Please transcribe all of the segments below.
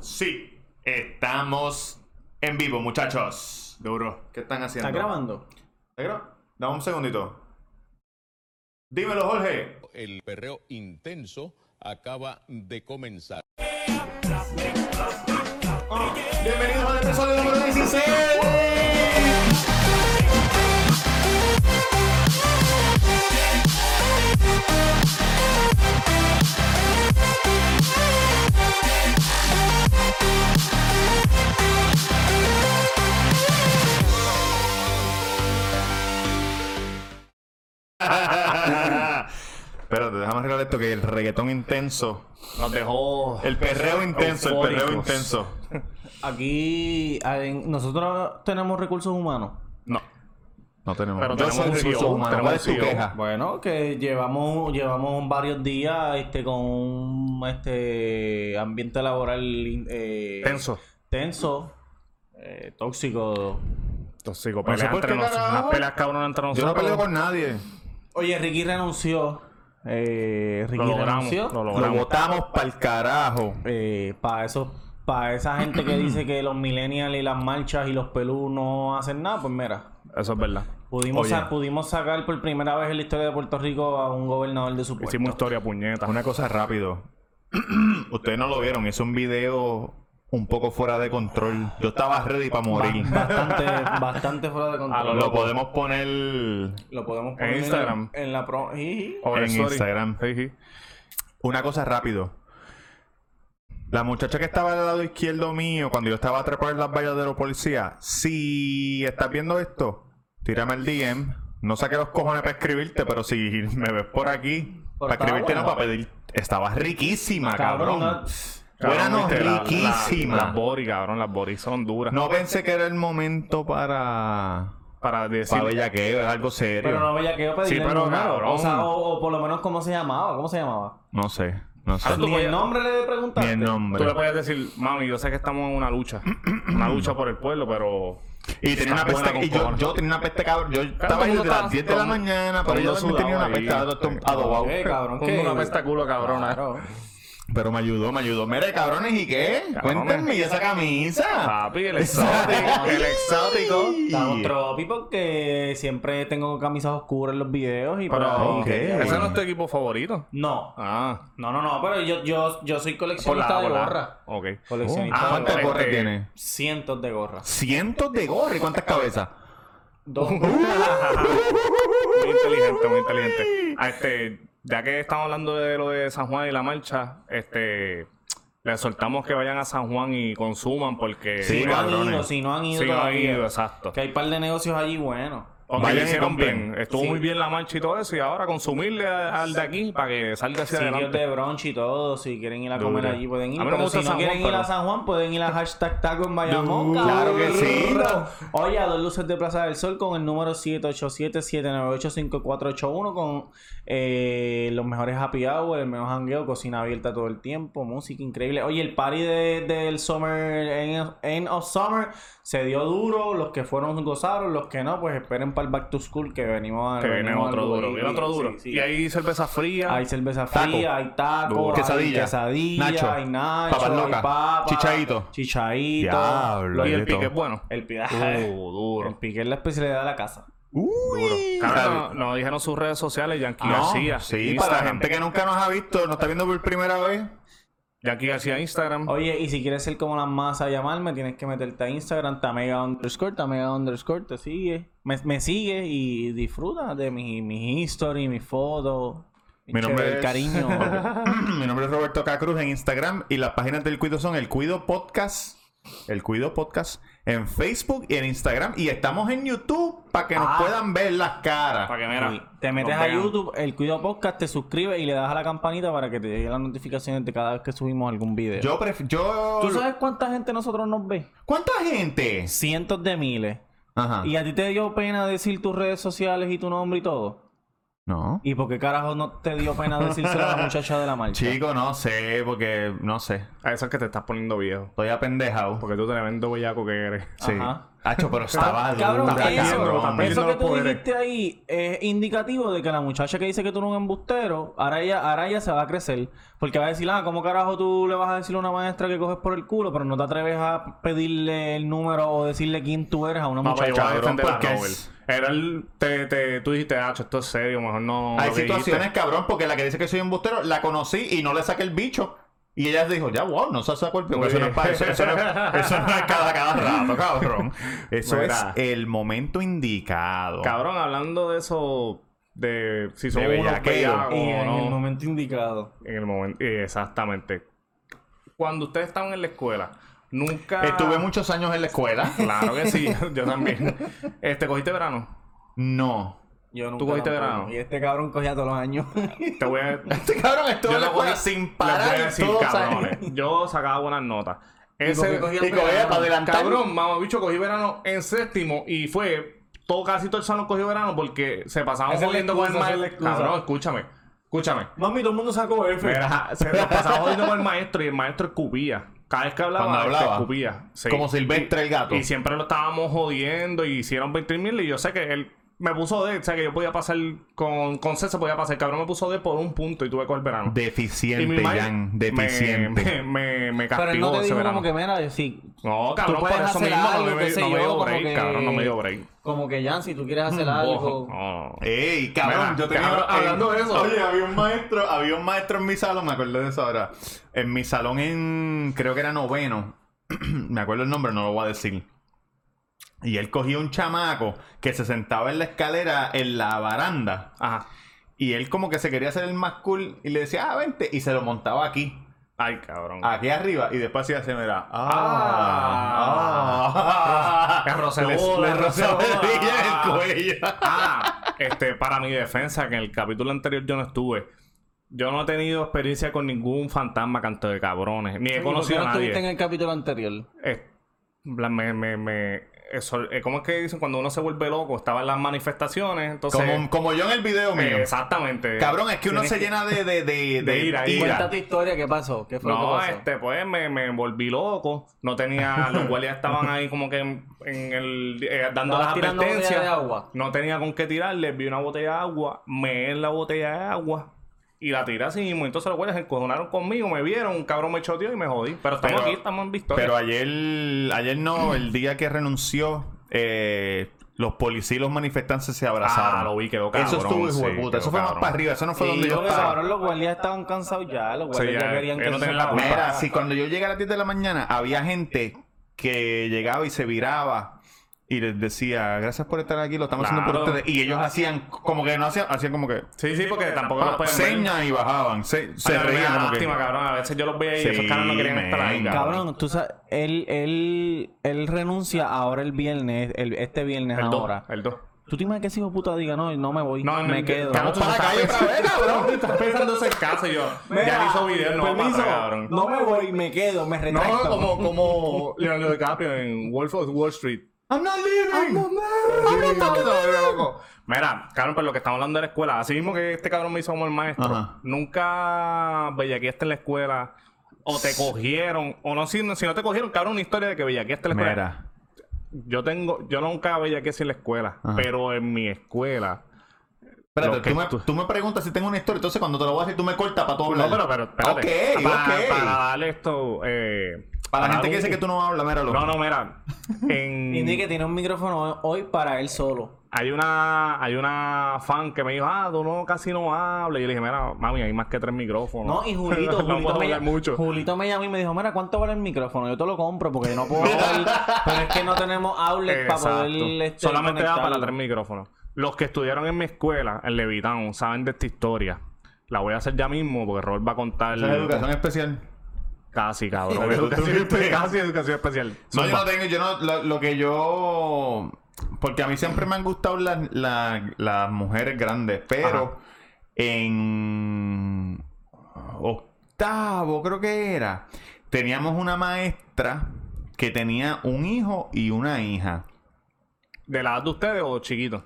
Sí, estamos en vivo, muchachos. Duro. ¿Qué están haciendo? ¿Estás grabando? ¿Está grabando? Dame un segundito. Dímelo, Jorge. El perreo intenso acaba de comenzar. Bienvenidos al episodio número 16. Espérate, déjame arreglar esto que el reggaetón intenso nos dejó. El perreo intenso, el perreo eufóricos. intenso. Aquí ah, en- nosotros tenemos recursos humanos. No. No tenemos. Yo Pero tenemos soy un recursos CEO, humanos. tenemos ¿Cuál es tu un CEO. queja? Bueno, que llevamos llevamos varios días este con este ambiente laboral eh, Tenso. tenso, eh, tóxico. Tóxico, No sé peleas por entre qué nosotros. carajo. Unas peleas cabrón entre Yo nosotros. no peleo con nadie. Oye, Ricky renunció. Eh, Ricky Lo logramos, renunció. lo Lo logramos. votamos para el carajo. para eso, para esa gente que dice que los millennials y las marchas y los pelú no hacen nada, pues mira, Eso es verdad. Pudimos, Oye. sa- pudimos sacar por primera vez en la historia de Puerto Rico a un gobernador de su pueblo. Hicimos historia, puñeta. Una cosa rápido. Ustedes no lo vieron. Es un video un poco fuera de control. Yo estaba ready para morir. Bastante, bastante fuera de A control. Lo podemos poner Lo podemos poner Instagram. Oh, En, la- en la pro. y- O en story. Instagram. Sí, sí. Una cosa rápido. La muchacha que estaba al lado izquierdo mío cuando yo estaba atrás por las vallas de los policías. Si estás viendo esto, tírame el DM. No saqué los cojones para escribirte, pero si me ves por aquí, Pero para escribirte estaba no, para pedir. Estabas riquísima, Cabrón, cabrón. no- Buena, no, viste, la- la- riquísima. Las bori, cabrón. Las bori son duras. No pensé que era el momento para. Para decir. Para bellaqueo, es algo serio. Pero no veía que yo pedirle Sí, el pero número. cabrón. O sea, o, o por lo menos cómo se llamaba. ¿Cómo se llamaba? No sé, no sé. Ah, tú Ni podías- el nombre le preguntaste. Ni el Tú le nombre. puedes decir, mami, yo sé que estamos en una lucha. una lucha por el pueblo, pero. Y tenía una Estás buena peste. con Y yo, cojones. yo tenía una peste cabrón. Yo estaba todo el ahí mundo desde las estaba- 10 de todo la el- mañana, todo pero el yo mundo también tenía sudaba una peste ahí. estaba todo adobado. Eh, cabrón, Con que- una pesta culo, cabrona. Claro. Pero me ayudó, me ayudó. Mire, cabrones, ¿y qué? Cabrones. Cuéntenme, ¿y esa camisa? Papi, el exótico. el exótico. Estamos tropi porque siempre tengo camisas oscuras en los videos y por Pero, ahí. ok. ¿ese no es tu equipo favorito? No. Ah. No, no, no. Pero yo, yo, yo soy Por la, coleccionista por de la- gorras. Ok. Coleccionista Ah, de ¿cuántas gorras. gorras Este- tiene? Cientos de gorras. Cientos de gorras. ¿Y cuántas cabezas? Dos. Muy inteligente, muy inteligente. Ah, este, ya que estamos hablando de lo de San Juan y la marcha, este, les soltamos que vayan a San Juan y consuman porque Si Sí, no han cabrones. ido, si no han ido Sí, no han todavía. ido, exacto. Que hay un par de negocios allí buenos. Ok, Vayan y hicieron compren. bien. Estuvo Sí. muy bien la marcha y todo eso. Y ahora consumirle a- al de aquí para que salga hacia Sitios adelante. de brunch y todo. Si quieren ir a comer Duro. allí, pueden ir. A mí no me Pero gusta si no San Juan, quieren ir a pero- San Juan, pueden ir a hashtag taco en Bayamón. Duro. Claro que sí. Oye, a dos luces de Plaza del Sol con el número 787-798-5481 con eh, los mejores happy hour, el mejor hangueo, cocina abierta todo el tiempo, música increíble. Oye, el party de- del summer, end of, end of summer, se dio duro. Los que fueron gozaron, los que no, pues esperen para el back to school que venimos a Que viene venimos otro algo duro. ahí. Viene otro duro. Sí, sí. Y hay cerveza fría. Hay cerveza Taco. fría, hay tacos, Quesadilla. hay quesadilla, Nacho. hay nacho, Papas locas. hay papa, Chichaíto. chichaíto. Diablo. y hay el de pique todo. es bueno. El pique, Uh, duro. el pique es la especialidad de la casa. Uy. Ah, Cabrón, no, no dijeron sus redes sociales, Yankee No, García. sí, para la Instagram. gente que nunca nos ha visto, nos está viendo por primera vez. Yankee García Instagram. Oye, y si quieres ser como las masas y llamarme, tienes que meterte a Instagram, tamega underscore, tamega underscore, te sigue, me, me sigue y disfruta de mi, mi history, mis fotos, Mi nombre chévere, es- cariño. Mi nombre es Roberto Cacruz en Instagram y las páginas del Cuido son el Cuido Podcast, el Cuido Podcast en Facebook y en Instagram y estamos en YouTube para que Ah. nos puedan ver las caras. para que mira. Y te metes nos a vean. YouTube, el Cuido Podcast, te suscribes y le das a la campanita para que te lleguen las notificaciones de cada vez que subimos algún video. Yo prefiero yo ¿Tú sabes cuánta gente nosotros nos ve? ¿Cuánta gente? Cientos de miles. Ajá. ¿Y a ti te dio pena decir tus redes sociales y tu nombre y todo? No. ¿Y por qué carajo no te dio pena decírselo a la muchacha de la marcha? Chico, no sé, porque no sé. A eso es que te estás poniendo viejo. Estoy apendejado. Porque tú tremendo bellaco que eres. Sí. Ajá. Hacho, pero estaba Cabrón, dura, eso, cabrón. también. eso que Perdiendo tú los dijiste ahí es indicativo de que la muchacha que dice que tú eres un embustero, ahora ella, ahora ella se va a crecer. Porque va a decir, ah, ¿cómo carajo tú le vas a decir a una maestra que coges por el culo, pero no te atreves a pedirle el número o decirle quién tú eres a una Papá, yo muchacha? voy a cabrón, defender a porque Nobel. es- Era el, te, te, tú dijiste, ah, esto es serio, mejor no. Hay lo que dijiste". situaciones, cabrón, porque la que dice que soy embustero, la conocí y no le saqué el bicho. Y ella dijo, ya, wow, no se sacó el bicho. Muy Eso no es bien. para eso. Eso no, es- eso no es cada, cada rato, cabrón. Eso Mira. es el momento indicado. Cabrón, hablando de eso, de si son De unos bellaqueo. bellacos Y o en el no. momento indicado. En el momento, eh, exactamente. Cuando ustedes estaban en la escuela, nunca. Estuve muchos años en la escuela. Claro que sí, yo también. Este, ¿cogiste verano? No. Yo nunca cogiste tampoco. verano? Y este cabrón cogía todos los años. Te voy a. Este cabrón estuvo Yo en la lo escuela cogí sin Les voy parar. a decir, todos los años. cabrones. Yo sacaba buenas notas. cogí- Ese, cogí Y cogía para adelantar. Cabrón, mamá bicho, cogí verano en séptimo y fue todo casi todo el salón cogió verano porque se pasaban Esa es la jodiendo con el excusa, esa es la maestro. excusa. Cabrón, escúchame, escuchame. Mami, todo el mundo sacó F. Mira, se nos pasaban jodiendo con el maestro y el maestro escupía. Cada vez que hablaba, Cuando este, hablaba. escupía. Sí. Como Silvestre el gato. Y siempre lo estábamos jodiendo y hicieron 20 mil y yo sé que él me puso de, o sea que yo podía pasar con, con C se podía pasar, cabrón me puso de por un punto y tuve con el verano. Y mi Deficiente, madre Jan. me- Deficiente. Me, me, me pero él castigó no te ese dijo como verano. que, mira, sí. No, cabrón, tú por puedes eso hacer mismo algo, no me, qué sé no me yo, dio como break, que- cabrón, no me dio break. Como que, Jan, si tú quieres hacer Ojo, algo... Mm, no. Ey, cabrón, Mira, yo tenía cabrón, hablando de eso. Oye, había un maestro, había un maestro en mi salón, me acuerdo de eso ahora. En mi salón en creo que era noveno. me acuerdo el nombre, no lo voy a decir. Y él cogía un chamaco que se sentaba en la escalera en la baranda Ajá. y él como que se quería hacer el más cool y le decía, "Ah, vente" y se lo montaba aquí, Ay, cabrón. aquí arriba y después hacía se mira, Ah. ah, ah, Que rozó Le- bola, le rozó rozó el bola. brillo en el cuello. Ah, este, para mi defensa, que en el capítulo anterior yo no estuve. Yo no he tenido experiencia con ningún fantasma canto de cabrones. Ni ¿Y he por qué conocido no a nadie. estuviste en el capítulo anterior? Eh, la- me, me, me, eso- eh, ¿Cómo es que dicen? Cuando uno se vuelve loco, estaba en las manifestaciones, entonces... Como, como yo en el video mío. Eh, exactamente. Cabrón, es que uno Tienes se llena de, de, de, de ira, ira. Cuenta tu historia, ¿qué pasó? ¿Qué fue lo que No, pasó? este, pues me, me volví loco. No tenía. Los guardias estaban ahí como que en, en el. eh, dando Estabas las tirando botella advertencias. de agua. No tenía con qué tirarle. Vi una botella de agua. Me en la botella de agua. Y la tiré así mismo. Entonces los guardias se encojonaron conmigo. Me vieron. Un cabrón me choteó y me jodí. Pero estamos Pero- aquí, estamos en victoria. Pero ayer, ayer no, el día que renunció, eh, los policías y los manifestantes se abrazaron. Ah, lo vi, Eso quedó cabrón, estuvo, hijo de sí, puta. quedó Eso fue más cabrón. para arriba, eso no fue Y donde yo yo que estaba. cabrón, los guardias estaban cansados ya, los guardias Sí, ya ya, querían ellos que no se tienen la culpa. Mira, acabara. si cuando yo llegué a las 10 de la mañana, había gente que llegaba y se viraba y les decía, gracias por estar aquí, lo estamos haciendo por Claro. ustedes. Y ellos hacían como que no hacían, hacían como que sí, sí, porque tampoco los pueden ver. señas y bajaban, se, se Ay, me da reían. como que- lástima, cabrón. A veces yo los veía y Sí, esos caras no querían estar ahí, men. cabrón. Cabrón, tú sabes, él, él, él renuncia ahora el viernes, el- este viernes El 2. ahora. El 2. ¿Tú te imaginas que ese hijo de puta diga, no, no me voy, No, me quedo? Vamos para la calle otra vez, cabrón. Estás pensando ese caso y yo. ya le hizo video, no va para atrás, cabrón. no me voy, me quedo, me No, retracto. como, como Leonardo DiCaprio en Wolf of Wall Street. I'm not leaving. Cabrón, está todo loco. Mira, cabrón, pero lo que estamos hablando de la escuela, así mismo que este cabrón me hizo como el maestro, Ajá. nunca bellaqueaste en la escuela, o te cogieron, o no, si no, si no te cogieron, cabrón, una historia de que bellaqueaste en la escuela. Mira. Yo tengo, yo nunca bellaqueé en la escuela, Ajá. pero en mi escuela. Espérate, Lo que tú, me, tú- tú me preguntas si tengo una historia, entonces cuando te lo voy a decir tú me cortas para todo hablar. No, pero, pero, espérate. Ok, para, ok. para darle esto, eh, Para la dar gente que un- dice que tú no hablas, míralo. No, no, mira. En... Y ni que tiene un micrófono hoy para él solo. Hay una, hay una fan que me dijo, ah, tú no casi no hablas. Y yo le dije, mira, mami, hay más que tres micrófonos. No, y Julito, no Julito, puedo me hablar llamó, mucho. Julito me llamó y me dijo, mira, ¿cuánto vale el micrófono? Yo te lo compro porque yo no puedo hablar, pero es que no tenemos outlet Exacto. para poder... este, Solamente da para conectarlo". tres micrófonos. Los que estudiaron en mi escuela, en Levitown, saben de esta historia. La voy a hacer ya mismo porque Robert va a contar... Esa es educación especial. Casi, cabrón. Lo que tú educación tuviste. especial. Casi educación especial. No, yo Zumba. no tengo, yo no, lo, lo que yo... Porque a mí siempre me han gustado las, las- las mujeres grandes, pero en octavo creo que era, teníamos una maestra que tenía un hijo y una hija. ¿De la edad de ustedes o chiquitos?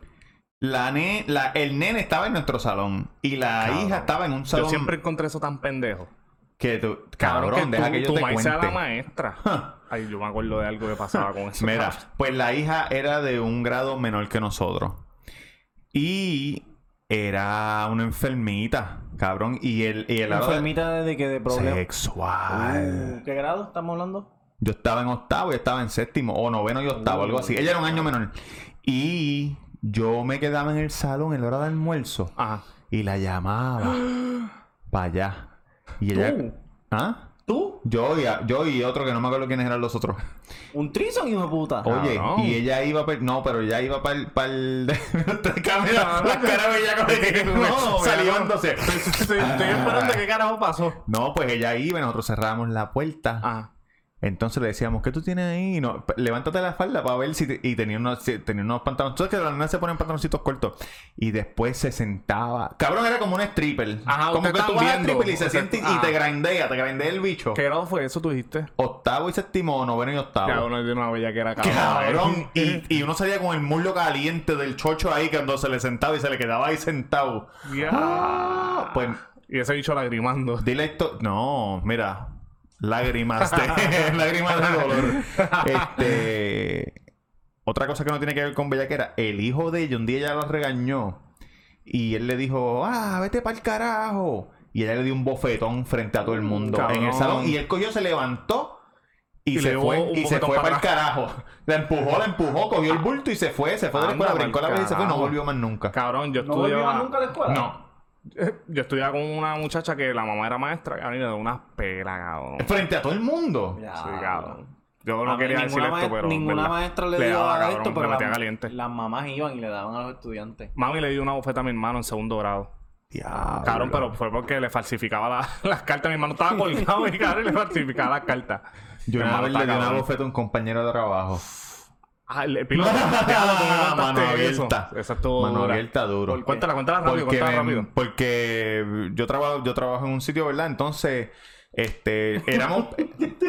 La ne- la- el nene estaba en nuestro salón y la Cabrón. hija estaba en un salón. Yo siempre encontré eso tan pendejo. Que tú, cabrón, deja tú- que yo tu te maíz cuente. era la maestra. Ay, yo me acuerdo de algo que pasaba con eso. Mira, pues la hija era de un grado menor que nosotros. Y era una enfermita, cabrón. Y el, y el lado de- Enfermita de que de problema. sexual. Uh, ¿Qué grado estamos hablando? Yo estaba en octavo y estaba en séptimo, o noveno y octavo, algo Uh. así. Ella era un año menor. Y yo me quedaba en el salón en la hora de almuerzo Ajá. y la llamaba para allá. Y ella. ¿Tú? ¿Ah? ¿Tú? Yo y, a- yo y otro que no me acuerdo quiénes eran los otros. ¿Un trison, hijo de puta? Oh, Oye, Cabrón. y ella iba pa- No, pero ella iba para el. Pa el... Mira, la cara bella como que No, salivándose. Estoy, estoy esperando qué carajo pasó. No, pues ella iba y nosotros cerrábamos la puerta. Ajá. Entonces le decíamos, ¿qué tú tienes ahí? No, p- levántate la falda para ver si... te- y tenía unos, si- tenía unos pantalones. Entonces que las nenas se ponen pantaloncitos cortos. Y después se sentaba... Cabrón, era como un stripper. Ajá, como usted que está tú vas al viendo. stripper y se Usted- siente y- y ah. te grandea, te grandea el bicho. ¿Qué grado fue eso tú dijiste? Octavo y séptimo, noveno y octavo. Ya, uno de una bella que era Cabrón, y, y uno salía con el muslo caliente del chocho ahí cuando se le sentaba y se le quedaba ahí sentado. Ya. Pues Y ese bicho lagrimando. Dile esto. No, mira. Lágrimas de, lágrimas de dolor. Este, otra cosa que no tiene que ver con Bellaquera. El hijo de ella, un día ella la regañó. Y él le dijo, ah, vete para el carajo. Y ella le dio un bofetón frente a todo el mundo Cabrón. en el salón. Y él cogió, se levantó y, Y se le dio fue. un Y se bofetón fue para para el carajo. La empujó, la empujó, cogió el bulto y se fue. Se fue de la Anda escuela, brincó la pa'l vez y se fue. y No carajo. volvió más nunca. Cabrón, yo ¿No estudiaba. volvió nunca a la escuela? No. Yo estudiaba con una muchacha que la mamá era maestra, cabrón, y le dio unas pelas, cabrón. Frente a todo el mundo. Ya. Sí, cabrón. Yo A no mí quería decir ninguna esto, maest- pero. Ninguna ¿verdad? maestra le, Le dio daba, a cabrón, esto, me pero metía la- caliente. las mamás iban y le daban a los estudiantes. Mami le dio una bofeta a mi hermano en segundo grado. Diablo. Cabrón, pero fue porque le falsificaba la- las cartas. Mi hermano estaba colgado y cabrón, y le falsificaba las cartas. Yo Mi una hermano vez le está di una cabrón. bofeta a un compañero de trabajo. Ah, el, el piloto. Ya, tú me mataste Mano eso. abierta. Esa estuvo Mano dura. abierta duro. ¿Por qué? Cuéntala, cuéntala rápido, Porque, cuéntala me- rápido. porque yo trabajo, yo trabajo en un sitio, ¿verdad? Entonces, este, éramos,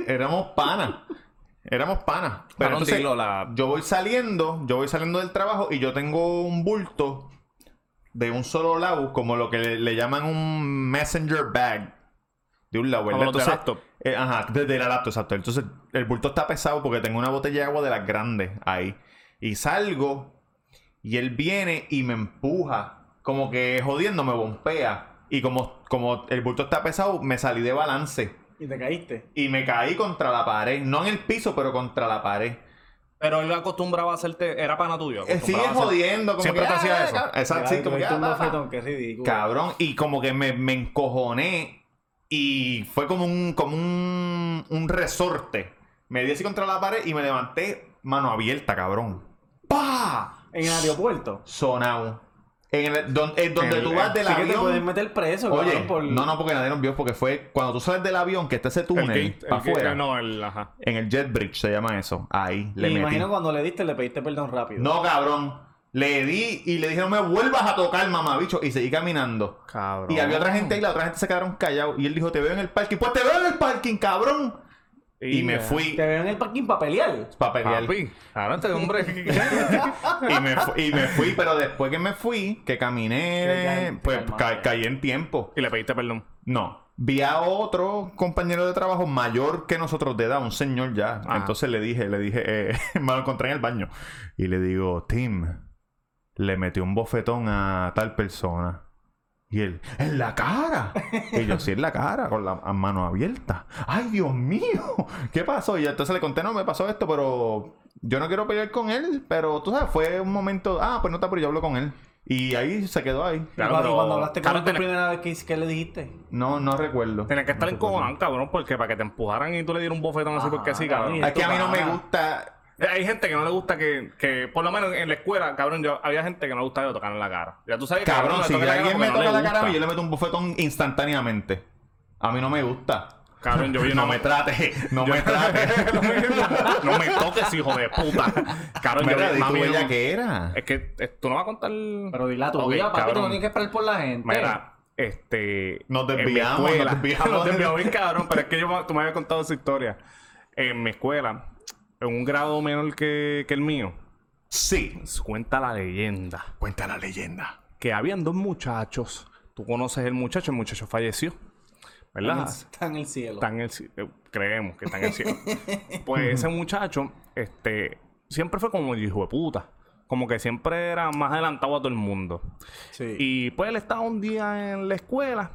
éramos panas. Éramos panas. Pero Cabrón, entonces, dilo, la- yo voy saliendo, yo voy saliendo del trabajo y yo tengo un bulto de un solo lado, como lo que le, le llaman un messenger bag. De un lado, ¿verdad? los de Entonces, laptop. eh, ajá, desde la laptop, exacto. Entonces, el bulto está pesado porque tengo una botella de agua de las grandes ahí. Y salgo y él viene y me empuja. Como que jodiendo, me bompea. Y como, como el bulto está pesado, me salí de balance. ¿Y te caíste? Y me caí contra la pared. No en el piso, pero contra la pared. Pero él acostumbraba a hacerte. Era pana tuyo. Eh, Sigue jodiendo. Como Siempre que, te hacía "Ah, eso". cabrón". Exacto. Mira, sí, y como que, tuviste un "Ah, pa, pa". bofetón, qué ridículo. Cabrón, y como que me, me encojoné y fue como un, como un, un resorte. Me di así contra la pared y me levanté mano abierta, cabrón. ¡Pah! En el aeropuerto. Sonado. En el, don- eh, donde En tú el- vas del Sí que te pueden avión. meter preso, Oye, cabrón, por... no, no, porque nadie nos vio, porque fue cuando tú sales del avión que está ese El túnel gate. El pa' afuera. gate. No, el. Ajá. En el jet bridge se llama eso. Ahí, Me le metí. imagino cuando le diste, le pediste perdón rápido. No, cabrón. Le di y le dije, no me vuelvas a tocar, mamabicho. Y seguí caminando. Cabrón. Y había otra gente ahí, la otra gente se quedaron callados. Y él dijo, te veo en el parking. Pues te veo en el parking, cabrón. Y, me fui Te veo en el parking para pelear. para pelear. Papi, ahora este hombre. Y me, fu- y me fui, pero después que me fui, que Que caminé, ca- pues calmaste. ca- caí en tiempo. y le pediste perdón. No. Vi a otro compañero de trabajo mayor que nosotros de edad, un señor ya. Ah. Entonces le dije, le dije, eh, me lo encontré en el baño. Y le digo, Tim, le metí un bofetón a tal persona. Y él, en la cara. Y yo, sí, en la cara, con la mano abierta. ¡Ay, Dios mío! ¿Qué pasó? Y entonces le conté, no, me pasó esto, pero yo no quiero pelear con él. Pero tú sabes, fue un momento, ah, pues no está, pero yo hablo con él. Y ahí se quedó ahí. y Claro, cuando, pero- cuando hablaste con Claro, él por tenés- primera vez, ¿qué, qué le dijiste? No, no recuerdo. Tienes que estar encojonado, cabrón, porque para que te empujaran y tú le dieras un bofetón así Ajá, porque sí, cabrón. cabrón. Es que a mí no me Ah. gusta Eh, Hay gente que no le gusta que, que por lo menos en la escuela, cabrón, yo, había gente que no le gustaba que le tocaran la cara. Ya tú sabes que Cabrón, si le tocan alguien me porque toca no la le cara, a mí, gusta. yo le meto un bofetón instantáneamente. A mí no me gusta. Cabrón, yo vi no una- me trate, no me trate. no me toques, hijo de puta. Cabrón, yo Mira, vi ¿y tú mami, ella no- qué era? Es que eh, tú no vas a contar. Pero dila tu Ok, vida, papi, tú no cabrón. tienes que esperar por la gente. Mira, este. Nos en mi desviamos, escuela- nos desviamos. nos desviamos bien, cabrón, pero es que yo, tú me habías contado esa historia. En mi escuela, en un grado menor que, que el mío, Sí. cuenta la leyenda Cuenta la leyenda. que habían dos muchachos. Tú conoces el muchacho, el muchacho falleció. Ah, ¿verdad? Está en el cielo. Está en el ci- eh, creemos que está en el cielo. pues ese muchacho, este, siempre fue como el hijo de puta. Como que siempre era más adelantado a todo el mundo. Sí. Mm. Y pues él estaba un día en la escuela.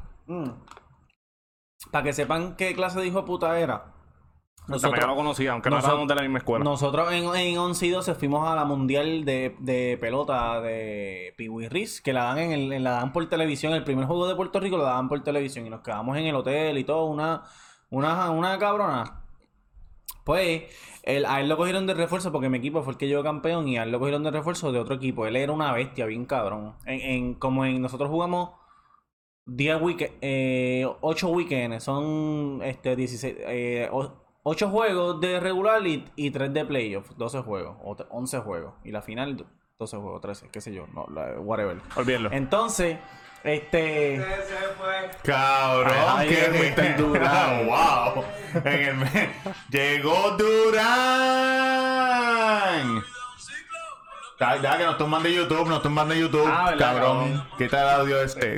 Para que sepan qué clase de hijo de puta era. Nosotros, lo conocía, aunque no nosotros- estábamos de la misma escuela. Nosotros en, en 11 y 12 fuimos a la mundial de, de pelota de Piwi Riz, que la dan en el- en- la dan por televisión. El primer juego de Puerto Rico lo daban por televisión y nos quedamos en el hotel y todo, una, una, una cabrona. Pues, él- a él lo cogieron de refuerzo porque mi equipo fue el que yo campeón y a él lo cogieron de refuerzo de otro equipo. Él era una bestia, bien cabrón. En, en- como en nosotros jugamos 10 week- eh, 8 weekends, son este 16, eh, 8 juegos de regular y, y 3 de playoff, 12 juegos, o te- 11 juegos, y la final 12 juegos, 13, qué sé yo, no, la- whatever. Olvídenlo. Entonces, este... Cabrón, Ahí que viene Mr. Durán. Durán. wow. En el mes- Llegó Durán. Ya, ya, que nos tumban de YouTube, nos tumban de YouTube. Ah, ¿verdad, cabrón, quita el audio este.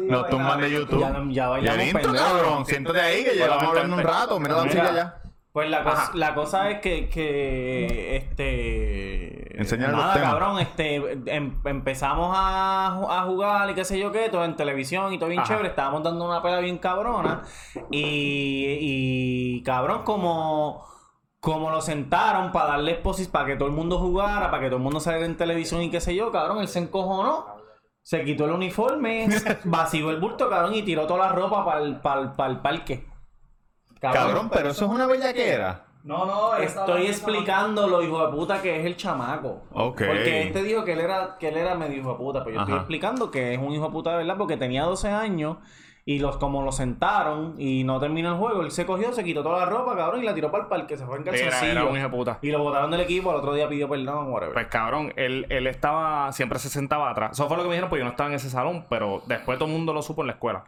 nos tumban de YouTube. Ya- ya bailamos, el intro, pendejo. cabrón. Siéntate ahí que llevamos hablando un rato. Mira la Mira. silla ya. Pues la cosa, Ajá. la cosa es que, que este Enseñar los nada, temas. cabrón, este em- empezamos a, ju- a jugar y qué sé yo qué, todo en televisión y todo bien Ajá. chévere, estábamos dando una pela bien cabrona y, y cabrón como como lo sentaron para darle exposis para que todo el mundo jugara, para que todo el mundo saliera en televisión y qué sé yo, cabrón, él se encojonó. Se quitó el uniforme, vació el bulto, cabrón, y tiró toda la ropa para el, parque. Cabrón, pero eso es una bellaquera. No, no, Estoy explicando lo hijo de puta que es el chamaco. Ok. Porque este dijo que él era, que él era medio hijo de puta, pero yo estoy Ajá. explicando que es un hijo de puta de verdad porque tenía 12 años y los como lo sentaron y no terminó el juego, él se cogió, se quitó toda la ropa, cabrón, y la tiró para el parque, se fue en Era, calzoncillo. era un hijo de puta. Y lo botaron del equipo, al otro día pidió perdón, whatever. Pues cabrón, él, él estaba, siempre se sentaba atrás. Eso fue lo que me dijeron, pues yo no estaba en ese salón, pero después todo el mundo lo supo en la escuela.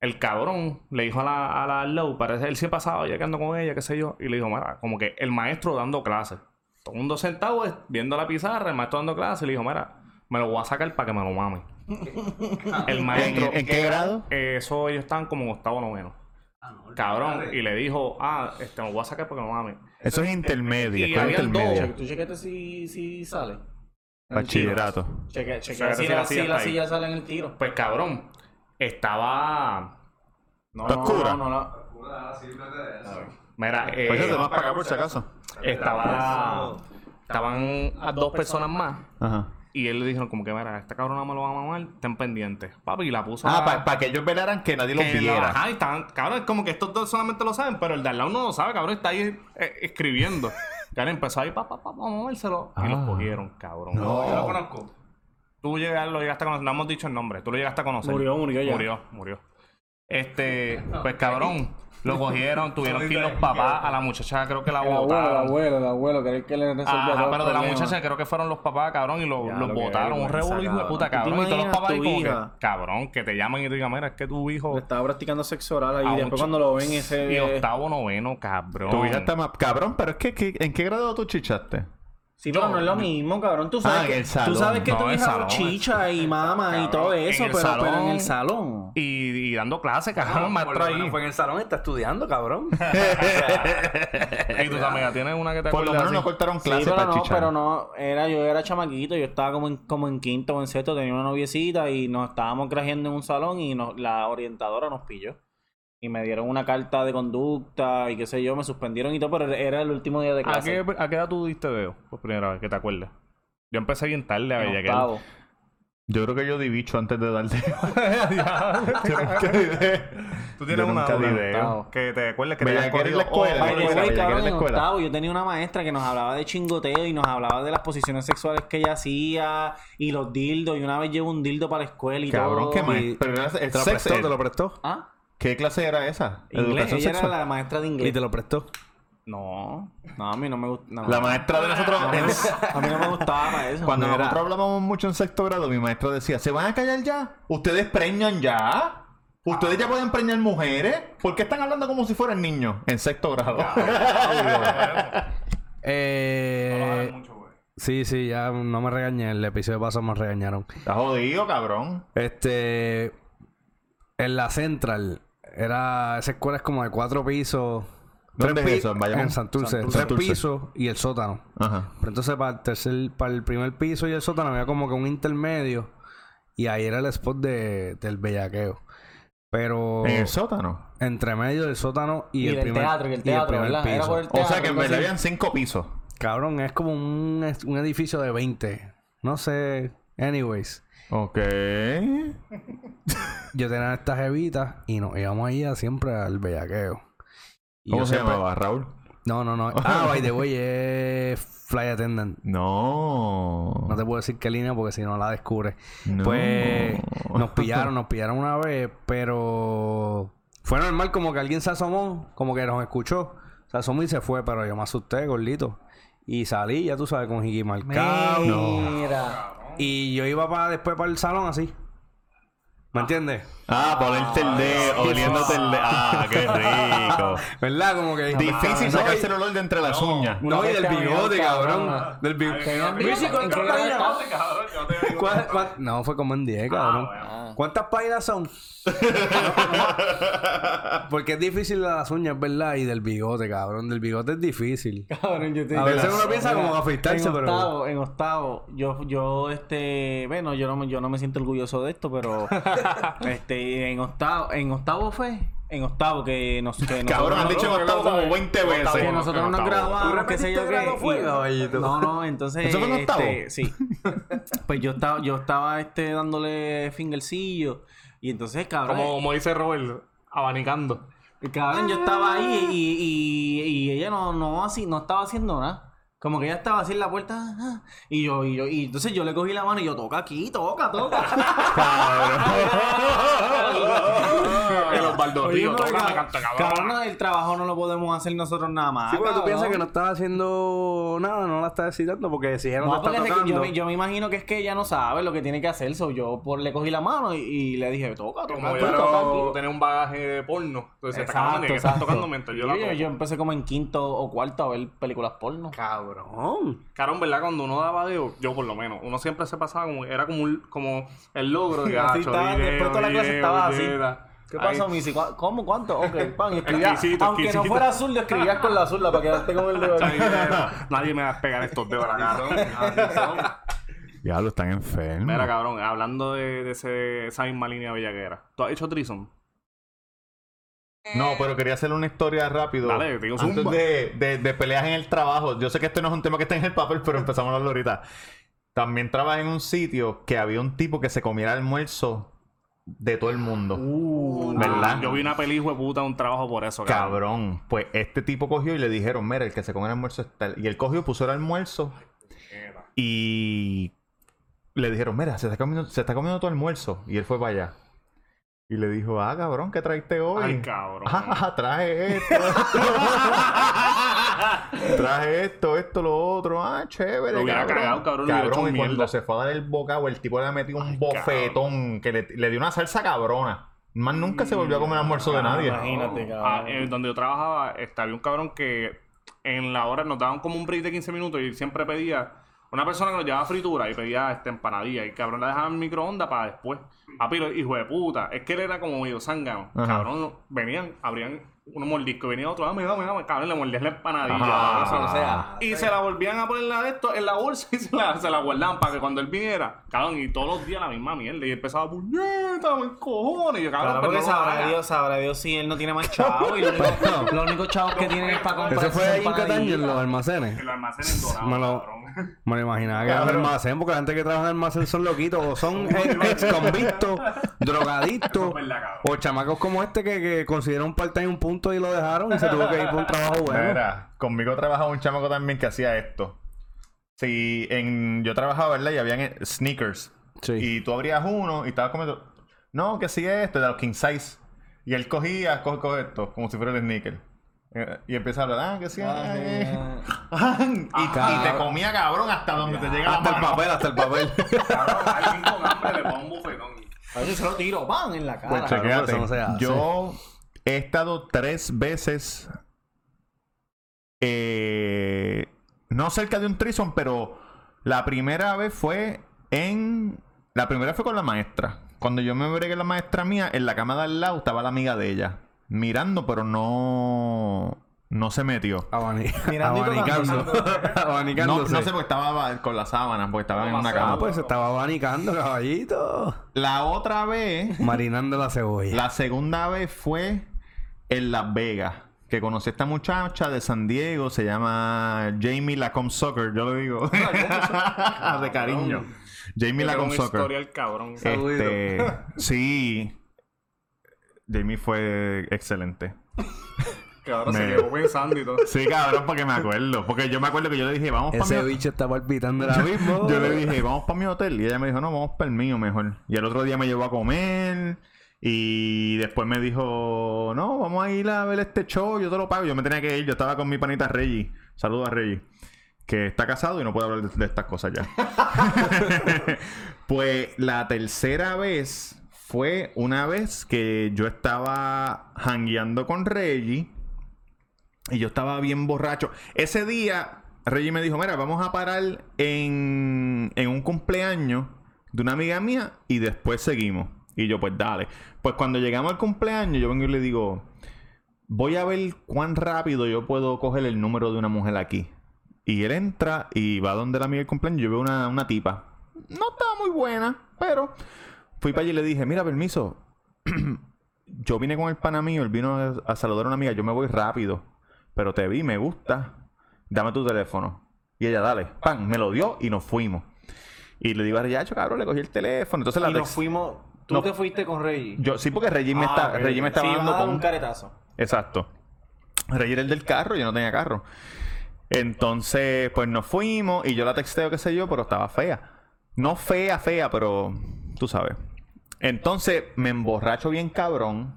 El cabrón le dijo a la, a la Low, parece él siempre pasaba ya que ando con ella, qué sé yo, y le dijo, mira, como que el maestro dando clases. Todo el mundo sentado eh, viendo la pizarra, el maestro dando clases, y le dijo, mira, me lo voy a sacar para que me lo mame. el ¿En, maestro, en qué grado? eh, eso ellos estaban como en octavo noveno. Cabrón, y le dijo, ah, este, me lo voy a sacar para que me lo mame. Eso es intermedia. Y escuela habían dos. intermedia. ¿Tú chequete si, si sale? Bachillerato. Cheque, O sea, cheque si que la, la silla si la está ahí. silla sale en el tiro. Pues cabrón, estaba... No, ¿Está no, oscura? no, no, no. Mira, eh, Pues eso te vas para acá por si acaso. estaba, estaban a dos personas más Ajá. y él le dijeron como que, mira, esta cabrona me lo va a mamar, ten pendiente. Papi, y la puso Ah, a- para que ellos velaran que nadie los que la- viera. ajá, y estaban, cabrón, es como que estos dos solamente lo saben, pero el de al lado no lo sabe, cabrón, está ahí eh, escribiendo. Cara, empezó ahí, papá, papá, vamos a mamárselo. Y los Ah. cogieron, cabrón. No. Yo lo conozco. Tú llegas- lo llegaste a conocer, no hemos dicho el nombre, tú lo llegaste a conocer. Murió, murió ya. Murió, murió. Este, pues cabrón, lo cogieron, tuvieron que ir los papás, a la muchacha creo que la botaron. abuelo, el abuelo, creer que le Ajá, todos pero los de la problemas. muchacha creo que fueron los papás, cabrón, y lo- Ya, los lo que botaron. Un vergüenza, revuelo hijo de cabrón. puta, ¿Tú te cabrón. Y todos los imaginas papás tu ahí como que, hija? cabrón, que te llaman y te digan, mira, es que tu hijo Le estaba practicando sexo oral ahí. Ah, después mucho. cuando lo ven ese... Pues, y octavo, noveno, cabrón. Tu hija está más. Cabrón, pero es que, que- ¿en qué grado tú chichaste? Sí, pero no es lo mismo, cabrón. Tú sabes Ah, en que, el salón. tú sabes que No, tu en el hija salón, chicha y mama y cabrón, todo en eso, el pero, pero salón. en el salón. Y, y dando clases, No, cabrón, por maestro lo ahí. menos fue en el salón, está estudiando, cabrón. Y tus amigas tienes una que te Por lo acuerdas menos no así? cortaron Sí, clases pero para no, chichar. pero no, era, yo era chamaquito, yo estaba como en, como en quinto o en sexto, tenía una noviecita y nos estábamos creciendo en un salón y nos, la orientadora nos pilló. Y me dieron una carta de conducta y qué sé yo, me suspendieron y todo, pero era el último día de ¿A clase. Ah, qué, ¿A qué edad tú diste dedo? Por primera vez, que te acuerdas. Yo empecé bien tarde a En ver octavo. Yo creo que yo di bicho antes de darte. Tú Yo nunca di dedo. que te acuerdes Me te la hayan quería en la cogido, escuela, me la oh, By the quería way, en la cabrón, en escuela. octavo yo tenía una maestra que nos hablaba de chingoteo y nos hablaba de las posiciones sexuales que ella hacía y los dildos. Y una vez llevo un dildo para la escuela y Cabrón, todo. qué y- maestro. Pero era el ¿Te lo sex prestó? ed. ¿Te lo prestó? ¿Ah? ¿Qué clase era esa? Inglés. Educación Ella era sexual. la maestra de Y inglés. te lo prestó. No, no, a mí no me gusta. No, La maestra de nosotros. no, a mí no- a mí no me gustaba para eso. Cuando Mira, nosotros hablábamos mucho en sexto grado, mi maestra decía: ¿Se van a callar ya? ¿Ustedes preñan ya? ¿Ustedes ya pueden preñar mujeres? ¿Por qué están hablando como si fueran niños en sexto grado? Eh. Sí, sí, ya no me regañé. El episodio pasado me regañaron. Está jodido, cabrón. Este. en la Central. Era, esa escuela es como de cuatro pisos. ¿Dónde Tres es pi- eso? ¿En Bayamón? En Santurce. Santurce. Tres Santurce. pisos y el sótano. Ajá. Pero entonces para el, tercer, para el primer piso y el sótano había como que un intermedio. Y ahí era el spot de, del bellaqueo. Pero En el sótano. entre medio del sótano y, Y el del primer, teatro, y el y el teatro, primer ¿verdad? Era piso. por el- O sea que en Claro, verdad entonces- habían cinco pisos. Cabrón, es como un, es- un edificio de 20. No sé. Anyways. Ok. Yo tenía estas evitas y nos íbamos ahí a siempre al bellaqueo. Y ¿Cómo yo se siempre- llamaba, Raúl? No, no, no. Ah, by the way, es Fly Attendant. No. No te puedo decir qué línea porque si no la descubres. No. Pues nos pillaron, nos pillaron una vez, pero fue normal como que alguien se asomó, como que nos escuchó. Se asomó y se fue, pero yo me asusté, gordito. Y salí, ya tú sabes, con Jiggy marcado. Mira. Y yo iba para después para el salón así. ¿Me entiendes? Ah, ponerte el dedo, oliéndote el dedo. Ah, qué rico. ¿Verdad? Como que... Difícil sacarse el olor de entre las uñas. No, y del Una vez bigote, cabrón, cabrón. cabrón. Del bigote. ¿En qué grado estás? ¿Cuál- cuál- No, fue como en Ah, 10, cabrón. ¿Cuántas páginas son? Porque es difícil de las uñas, ¿verdad? Y del bigote, cabrón. Del bigote es difícil. Cabrón, yo te A digo. veces uno piensa como afeitarse, en pero- Octavo, en octavo, yo, yo, este, bueno, yo no, me- yo no me siento orgulloso de esto, pero, este, en octavo, en octavo fue, en octavo que nos, que nosotros Cabrón, han nos- dicho en octavo como 20 que veces. nosotros en nos octavo. graduamos, ¿Tú qué sé yo repetiste qué. grado fue, y- caballito? no, no, entonces. ¿Eso fue en este, octavo? sí. Pues yo estaba, yo estaba este dándole fingercillo. Y entonces, cabrón. Como, como dice Robert, abanicando. Cabrón, yo estaba ahí y, y- y ella no, no, así, no estaba haciendo nada. Como que ella estaba así en la puerta. ah, Y yo, y yo, y entonces yo le cogí la mano y yo, toca aquí, toca, toca. El Osvaldo Oye, Río, no, toca, ca- me canta, cabrón. cabrón, el trabajo no lo podemos hacer nosotros nada más. Sí, porque tú cabrón. piensas que no estás haciendo nada, no la estás excitando, porque si ella no, No, te porque es está que yo, tocando... me- yo me imagino que es que ella no sabe lo que tiene que hacer. So yo por, le cogí la mano y, y le dije, toca, toca, Como aquí, yo toca no aquí". tenía un bagaje de porno. Entonces, esta Exacto, cabrón tiene que estar exacto. tocando mientras yo la Sí, toco. yo empecé como en quinto o cuarto a ver películas porno. Cabrón. Cabrón, ¿verdad? Cuando uno daba deo, yo por lo menos, uno siempre se pasaba como, era como, un- como el logro de Así "Acho, estaba, di después deo, toda la di clase deo, estaba di así". deo. ¿Qué Ahí. pasó, Misi? ¿Cu- ¿Cómo? ¿Cuánto? Ok, pan. escribía- Exquisito, Aunque no exquisito. fuera azul, lo escribías con la azul para quedarte con el dedo. Ay, mira, Nadie me va a pegar estos dedos a la cara. Ya lo están enfermos. Mira, cabrón, hablando de, de ese- esa misma línea bellaquera. ¿Tú has hecho Trison? No, pero quería hacer una historia rápido. Dale, digo, Antes zumba. de, de- de peleas en el trabajo. Yo sé que este no es un tema que está en el papel, pero empezamos a hablarlo ahorita. También trabajé en un sitio que había un tipo que se comía el almuerzo de todo el mundo. Uh, ¿Verdad? Yo vi una película de puta, un trabajo por eso, cabrón. Cabrón, pues este tipo cogió y le dijeron, mira, el que se come el almuerzo es tal. Y él cogió, puso el almuerzo y le dijeron, mira, se está comiendo, se está comiendo tu almuerzo. Y él fue para allá. Y le dijo, ah, cabrón, ¿qué traiste hoy? Ay, cabrón. Ah, traje esto, esto. traje esto, esto, lo otro. Ah, chévere. Lo hubiera cabrón. cagado, cabrón, lo hubiera Cabrón, hecho y cuando mierda. se fue a dar el bocado, el tipo le metió un bofetón que le, le dio una salsa cabrona. Más nunca se volvió a comer almuerzo de nadie. Imagínate, Ah, cabrón. eh, donde yo trabajaba, este, había un cabrón que en la hora nos daban como un break de 15 minutos y siempre pedía una persona que nos llevaba fritura y pedía este, empanadilla y el cabrón la dejaba en el microondas para después. Ah, pero hijo de puta, es que él era como medio zángano. Ajá. Cabrón, venían, abrían uno mordisco, venía otro, dame, dame, dame, cabrón, le mordías la empanadilla. Ajá. eso, o sea, y se la volvían a poner la de esto en la bolsa y se la, se la guardaban para que cuando él viniera, cabrón, y todos los días la misma mierda. Y empezaba, puñeta, me cojones. Y yo, cabrón, Claro, pero porque no lo sabrá hagas. Dios, sabrá Dios si él no tiene más chavo y los únicos lo único chavos que tiene es para comprar. Ese fue esas ahí en Cataño, en los empanadillas. almacenes. El almacén en Dorado, Me lo, cabrón. me lo imaginaba que era un Cabrón. almacén, porque la gente que trabaja en almacén son loquitos, o son ex convictos, Eso drogadictos, es verdad, cabrón. o chamacos como este que, que consideraron un part-time un punto y lo dejaron y se tuvo que ir por un trabajo bueno. Mira, conmigo trabajaba un chamaco también que hacía esto. Sí, en, yo trabajaba, ¿verdad? Y habían eh, sneakers. Sí. Y tú abrías uno y estabas comiendo. No, que sí esto, de los king size. Y él cogía, coge, coge esto, como si fuera el sneaker. Eh, Y empieza a hablar, ah, que sí. ah, eh. y, y te comía cabrón hasta donde te llegaba Hasta el papel, hasta el papel. Cabrón, alguien con hambre le pone un bufetón. A veces se lo tiro, ¡pam! en la cara. Pues Claro, chequéate. pero eso Ah, no se hace. Yo he estado tres veces. eh, no cerca de un trison, pero la primera vez fue en. La primera fue con la maestra. Cuando yo me bregué la maestra mía, en la cama de al lado estaba la amiga de ella. Mirando, pero no. No se metió. Abani- Mirando y abanicando. No, no Abanicándose. sé, porque estaba con las sábanas, porque estaba en una Ah, cama. pues se estaba abanicando, caballito. La otra vez, Marinando la cebolla. la segunda vez fue en Las Vegas. Que conocí a esta muchacha de San Diego, se llama Jamie Lacombe Soccer, yo lo digo. de cariño. Jamie Era un Lacombe Soccer. historial cabrón. Este, sí. Jamie fue excelente. Que ahora me- se llevó pensando y todo. Sí, cabrón, porque me acuerdo. Porque yo me acuerdo que yo le dije, vamos pa' mi Ese hotel. bicho está palpitando ahora mismo. Yo le dije, vamos para mi hotel. Y ella me dijo, no, vamos para el mío mejor. Y el otro día me llevó a comer. Y después me dijo, no, vamos a ir a ver este show. Yo te lo pago. Yo me tenía que ir. Yo estaba con mi panita Reggie. Saludos a Reggie. Que está casado y no puede hablar de, de estas cosas ya. pues la tercera vez fue una vez que yo estaba hangueando con Reggie. Y yo estaba bien borracho. Ese día, Reggie me dijo, mira, vamos a parar en, en un cumpleaños de una amiga mía y después seguimos. Y yo, pues dale. Pues cuando llegamos al cumpleaños, yo vengo y le digo, voy a ver cuán rápido yo puedo coger el número de una mujer aquí. Y él entra y va donde la amiga del cumpleaños. Yo veo una, una tipa. No estaba muy buena, pero fui para allí y le dije, mira, permiso. yo vine con el pana mío, él vino a, a saludar a una amiga, yo me voy rápido. Pero te vi, me gusta. Dame tu teléfono. Y ella, dale, pan, me lo dio y nos fuimos. Y le digo a Reyacho, cabrón, le cogí el teléfono. Entonces la Y nos text- fuimos. Tú No. te fuiste con Reggie. Yo, sí, porque Reggie me Ah, está, ok. Reggie me estaba Sí, dando vas a dar con- un caretazo. Exacto. Reggie era el del carro, yo no tenía carro. Entonces, pues nos fuimos y yo la texteo, qué sé yo, pero estaba fea. No fea, fea, pero tú sabes. Entonces me emborracho bien cabrón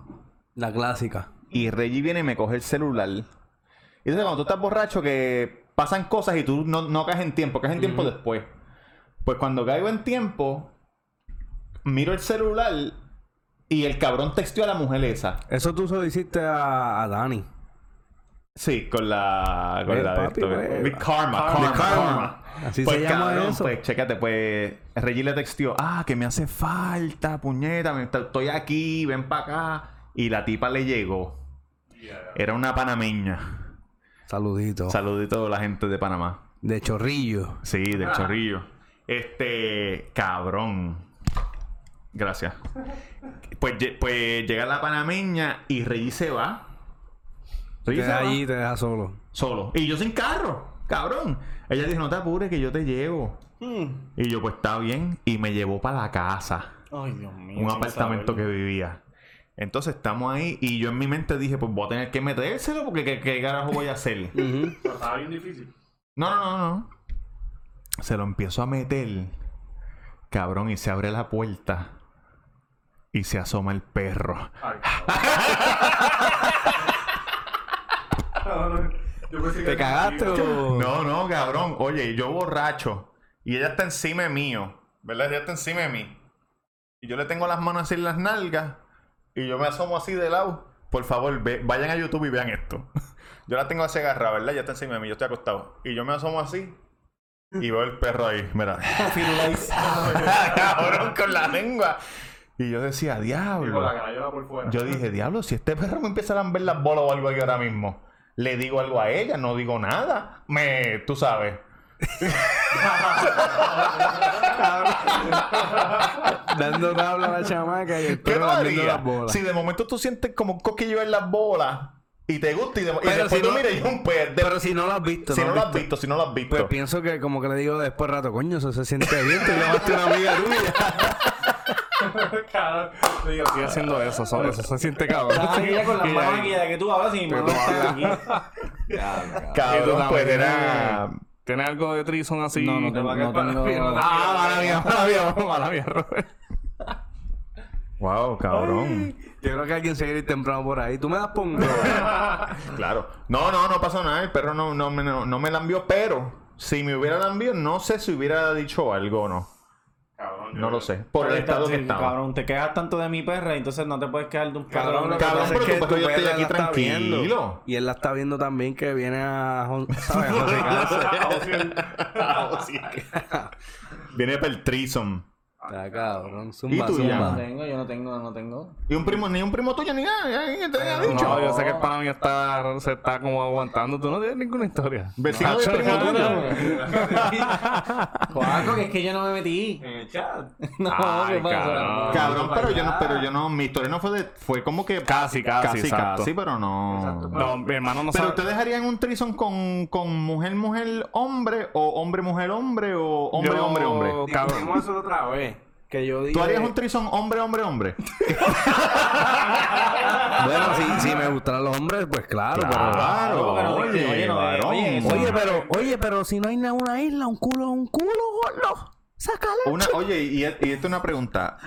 La clásica. y Reggie viene y me coge el celular. Y entonces cuando tú estás borracho que pasan cosas y tú no, no caes en tiempo, caes en tiempo después. Pues cuando caigo en tiempo, miro el celular y el cabrón texteó a la mujer esa. Eso tú solo hiciste a, a Dani. Sí, con la. Con Eh, la papi, de pues. esto. Big Karma, Karma, Karma. Así pues se llama cabrón, eso. pues chécate, pues Reggie le textió, ah, que me hace falta, puñeta, me- estoy aquí, ven para acá. Y la tipa le llegó. Era una panameña. Saludito. Saludito a la gente de Panamá. de chorrillo. Sí, del chorrillo. Este, cabrón. Gracias. Pues, lle- pues llega la panameña y Reggie se va. Te Reggie se deja va. allí y te deja solo. Solo. Y yo sin carro, cabrón. Ella dijo, no te apures que yo te llevo. Y yo, pues está bien. Y me llevó para la casa. Ay, Dios mío. Un sin apartamento que saberlo. vivía. Entonces estamos ahí y yo en mi mente dije, pues voy a tener que metérselo porque qué, qué carajo voy a hacer. Pero estaba bien difícil. No, no, no, no. Se lo empiezo a meter. Cabrón, y se abre la puerta. Y se asoma el perro. Ay, cabrón. Yo pensé que ¿Te era cagaste contigo. o...? No, no, cabrón. Oye, yo borracho. Y ella está encima de mío. ¿Verdad? Ella está encima de mí. Y yo le tengo las manos así en las nalgas. Y yo me asomo así de lado. Por favor, ve- vayan a YouTube y vean esto. Yo la tengo así agarrada, ¿verdad? Ella está encima de mí. Yo estoy acostado. Y yo me asomo así. Y veo el perro ahí. Mira. cabrón, con la lengua. Y yo decía, Y con diablo. la garayola por fuera. Yo dije, diablo, si este perro me empieza a lamber las bolas o algo aquí ahora mismo, le digo algo a ella, no digo nada. Me, tú sabes. Dando tabla a la chamaca y el ¿Qué no perro lamiendo haría? las bolas. Si de momento tú sientes como un coquillo en las bolas y te gusta y, de- y Pero después si tú no- miras y es un perro. De- Pero si no lo has visto, si no lo has visto. visto, si no lo has Pues visto. pienso que como que le digo después rato, coño, eso se siente bien, tú llamaste a una amiga tuya. Cabrón. Yo digo, estoy haciendo eso solo. Eso se siente cabrón. Estás aquí ya con las manos aquí, ya que tú hablas y mi mano está aquí. Eso Cabrón, también pues es- era. ¿Tiene algo de Trison así? No, no tengo- no tengo- Ah, mala mía, mala mía, mala mía, Robert. Wow, cabrón. Yo creo que alguien se quiere ir temprano por ahí. Tú me das pongo. Claro. No, no, no pasó nada. El perro no, no, me- no, no me lambió, pero si me hubiera lambido, no sé si hubiera dicho algo o no. No lo sé. Por el Ahorita, estado que sí, estaba. Cabrón, te quejas tanto de mi perra y entonces no te puedes quejar de un Cabrón, cabrón. lo que Cabrón, pasa pero es que tú- pero yo tu estoy perra aquí la está tranquilo. viendo. Y él la está viendo también que viene a... jon- ¿Sabes? A Ah, josecarse. Ah, Viene para el threesome. Está cabrón. ¿Y Zumba, tú, Yo no llama. zumba. tengo, yo no tengo, no tengo. Y un primo, ni un primo tuyo, ni nada. ya, ya te había dicho. No, yo sé que el pana mío está, se está como aguantando. Tú no tienes ninguna historia. Vecino del primo tuyo. Juaco, que es que yo no me metí. En el chat. No, Ay, ¿qué pasa? cabrón. Cabrón, pero yo no, Ah. pero yo no, mi historia no fue de, fue como que Casi, casi, casi, exacto. casi, pero no. No, mi hermano no Pero sabe. ustedes harían un trison con, con mujer, mujer, hombre, o hombre, mujer, hombre, o hombre, Yo- hombre, hombre. Cabrón. Discutimos eso otra vez. Que yo dije... ¿Tú harías un trison hombre, hombre, hombre? Bueno, si, si me gustan los hombres, pues claro, pero... Claro, pero no, oye, oye, no, varón. oye, eso- Oye, pero, oye, pero si no hay na- una isla, un culo, un culo, gordo. Sácala. Una, oye, y, y esta es una pregunta.